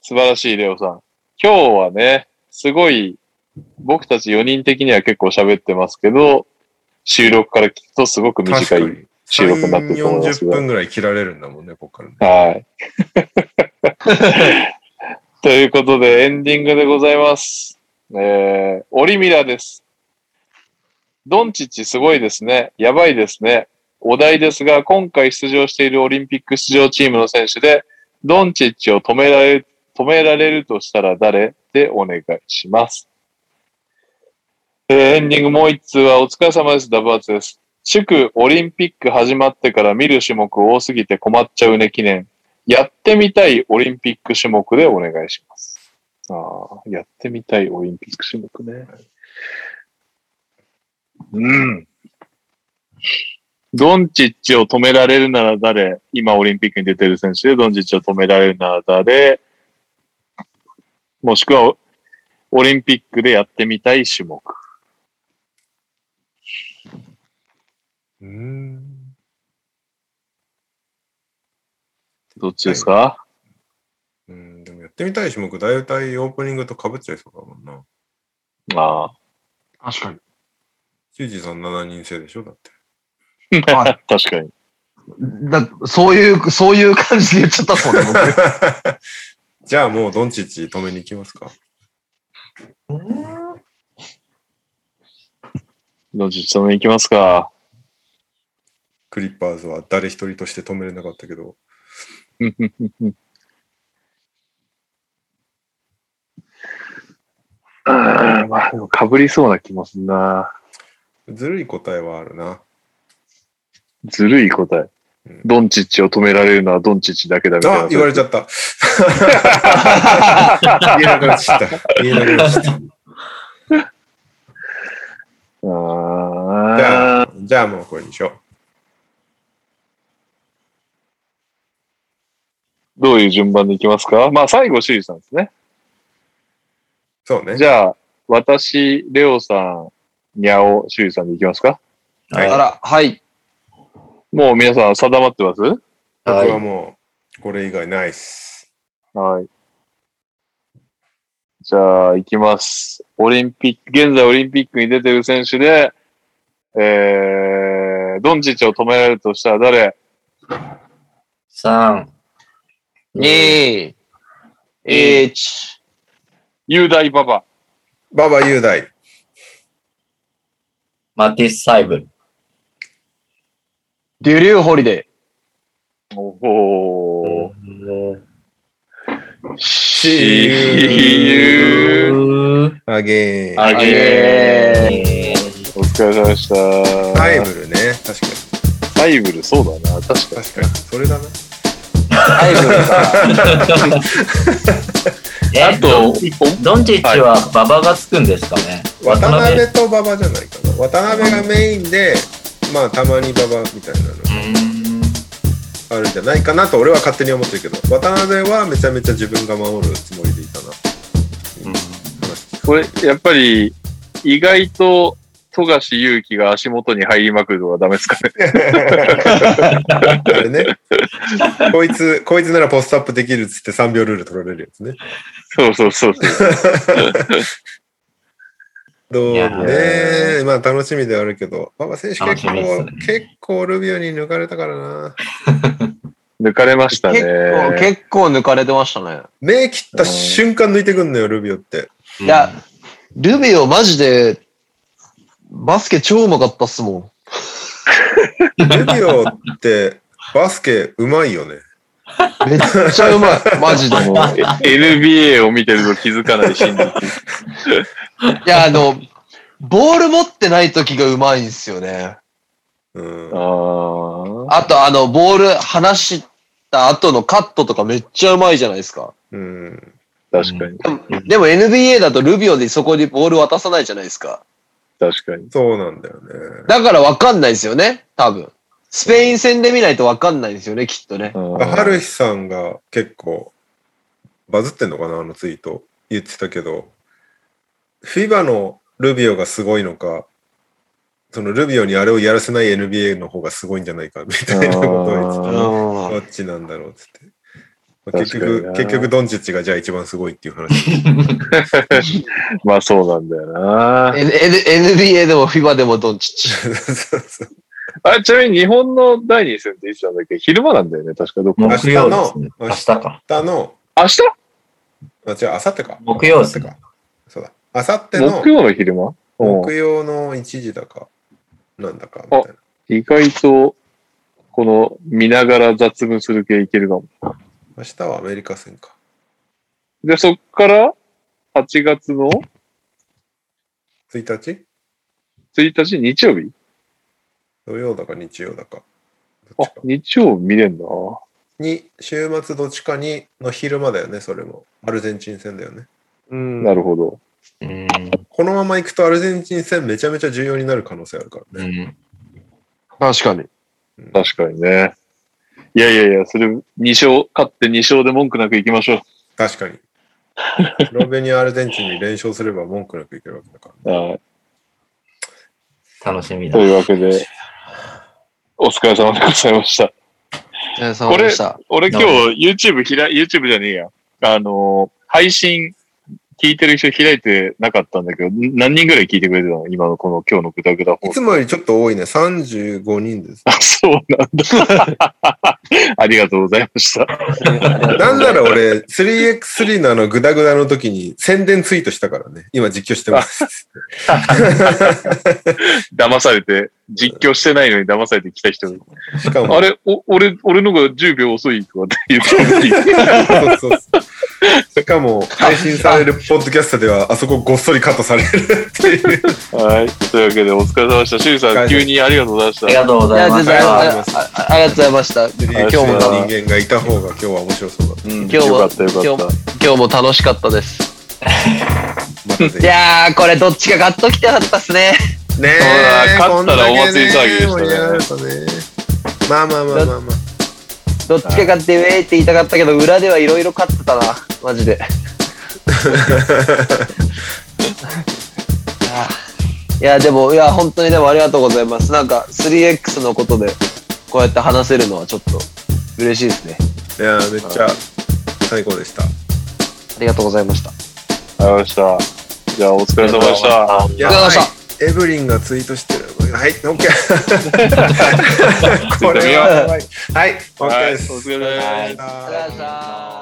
素晴らしい、レオさん。今日はね、すごい、僕たち4人的には結構喋ってますけど、収録から聞くとすごく
え。確か
短い。
に。
収録になってると思います
40
が
分ぐらい切られるんだもんね、ここからね。
はい。 ということで、エンディングでございます。えー、オリミラです。ドンチッチすごいですね。やばいですね。お題ですが、今回出場しているオリンピック出場チームの選手で、ドンチッチを止められる、止められるとしたら誰でお願いします。えーエンディングもう一通はお疲れ様です。ダブアツです。祝オリンピック始まってから見る種目多すぎて困っちゃうね記念。やってみたいオリンピック種目でお願いします。ああ、やってみたいオリンピック種目ね。うん。ドンチッチを止められるなら誰今オリンピックに出てる選手でドンチッチを止められるなら誰もしくはオオリンピックでやってみたい種目。
うーん。
どっちですか、
うん、でもやってみたい種目、大体オープニングと被っちゃいそうだもんな。
ああ。
あ。確かに。
修二さん7人制でしょだって。
は
確かに。
だそういう、そういう感じで言っちゃったもんね、僕
じゃあもうドンチッチ止めに行きますか。
ドンチッチ止めに行きますか。
クリッパーズは誰一人として止めれなかったけど。
あーまあ、でもかぶりそうな気もすんな。
ずるい答えはあるな。
ずるい答え
うん。
ドンチッチを止められるのはドンチッチだけだみたいな。
あ言われちゃった。 言えなくなっちゃった。言えなくなっちゃった。
あ
じゃ
あ
あ、じゃあもうこれにしよ
どういう順番でいきますかまあ、最後、シュリさんですね。
う。そうね。
じゃあ、私、レオさん、ニャオ、シュリさんでいきますか
あ、はい
あら、はい。
もう皆さん定まってます
は。
僕はいもう、これ以外ないっす。
はい。じゃあ、行きます。オリンピック、現在オリンピックに出てる選手で、えー、ドンチッチを止められるとしたら誰
3、
2、1、
雄大パパ。
ババ雄大。
マティス・サイブル。
デュリューホリデ
おお、
う
See you
あげー。
あげー。お疲れ様でした。
タイブルね。確かに。
タイブル、そうだな。確かに。
確かに。それだな。
タイブルか。
え
あと
ドンチッチは馬場がつくんですかね
渡辺と馬場じゃないかな。渡辺がメインで、まあ、たまに馬場みたいなのあるんじゃないかなと俺は勝手に思ってるけど、渡辺はめちゃめちゃ自分が守るつもりでいたな。
これ、やっぱり、意外と、富樫勇樹が足元に入りまくるのはダメですかね。
あれね。 こいつ、こいつならポストアップできるっつって3秒ルール取られるやつね。
そうそうそうそう。
どう
いや
ね。まあ楽しみではあるけど、馬場選手結構、
楽しみですね
結構ルビオに抜かれたからな。
抜かれましたね。
結構、結構抜かれてましたね。
目切った瞬間抜いてくんのよ、ルビオって。
いや、ルビオマジで、バスケ超うまかったっすもん。
ルビオってバスケうまいよね。
めっちゃうまい。マ ジで。い
NBA を見てると気づかないシーンだ
や、あの、ボール持ってない時がうまいんですよね。
うん。
ああ。
あと、あの、ボール離した後のカットとかめっちゃうまいじゃないですか。
うん。
確かに、
でもでも NBA だとルビオでそこにボール渡さないじゃないですか。
確かに。
そうなんだよね。
だからわかんないですよね、多分。スペイン戦で見ないとわかんないですよね、きっとね。
あ
ハルヒさんが結構バズってんのかな、あのツイート。言ってたけど、FIBA のルビオがすごいのか、そのルビオにあれをやらせない NBA の方がすごいんじゃないかみたいなことを言ってた。どっちなんだろうっつって。まあ結
確か
局、
にな
結局ドンチッチがじゃあ一番すごいっていう 話。
まあそうなんだよな。
N- N- NBA でも FIBA でもドンチッチ。
そうそう
あ、ちなみに日本の第二戦っていつなんだっけ昼間なんだよね、確かどこか。
木曜ですね
明
明
日
日か
明日の、
明日
あ、違う、明後日か。
木曜です
明後
ね
日か。そうだ。明後日の
木曜の昼間うん
木曜の1時だか、なんだか、みたいな。
意外と、この見ながら雑務する系いけるかも。
明日はアメリカ戦か。
で、そっから8月の
1日
1日日曜日
土曜だか日曜だか。どっ
あ
ちか、
日曜見れんな。
に、週末どっちかにの昼間だよね、それも。アルゼンチン戦だよね。
うん
なるほど。
うん
このまま行くとアルゼンチン戦めちゃめちゃ重要になる可能性あるから
う
ね。
ん
確かに。
確かにね。いやいやいや、それ2勝、勝って2勝で文句なくいきましょ
確かに。スロベニア、アルゼンチンに連勝すれば文句なくいけるわけだから。
う。はい。
楽しみだ
というわけで、お疲れ様でございました。
お疲れ様でした。
俺今日 YouTube 開い、YouTube じゃねえや。あのー、配信聞いてる人開いてなかったんだけど、ん何人ぐらい聞いてくれてたの今のこの今日のグダグダ
い
放
つ
送。
もよりちょっと多いね。35人です。
あ、そうなんだ。 ありがとうございました。
なんなら俺、3x3 のあのグダグダの時に宣伝ツイートしたからね。今実況してます。
騙されて、実況してないのに騙されて来た人が。
しかも
あ、れ、お俺、俺のが10秒遅いとかって言ってたのに
そうそうそうしかも、配信されるポッドキャストでは、あそこごっそりカットされるっていう。
はい。というわけでお疲れ様でした。シュウ
お疲れ
さ
様
ん、急にありがとうございました
あり。がとうご
い
ざ
や
いま
全
し
然
た
ありがとうございました。あありがとうございました。
今
今日も
の人間がいた方が今日は面白そうだ。
うん、
今日
よ
も
かったよかった。
今日も楽しかったです。
またぜ
いやー、これどっちか買っときたかったっすね。
ひ。ね
そうだ勝ったらお祭り騒ぎでしたね
こんだけね盛り上がるとね。まあまあまあまあまあ。
どっちか買ってウェーって言いたかったけど、裏ではいろいろ買ってたな。マジで。あーいや、でも、いや、本当にでもありがとうございます。なんか、3X のことで、こうやって話せるのはちょっと、嬉しいですね。
いやー、めっちゃ最高でした。
ありがとうございました。
ありがとうございました。じゃあ、お疲れ様でした。
い
ありがとうございま
エブリンがツイートしてる。はい、 オッケー。
これは
はい、オッケー
はい
です。
お疲れ様です
ありがとうございました。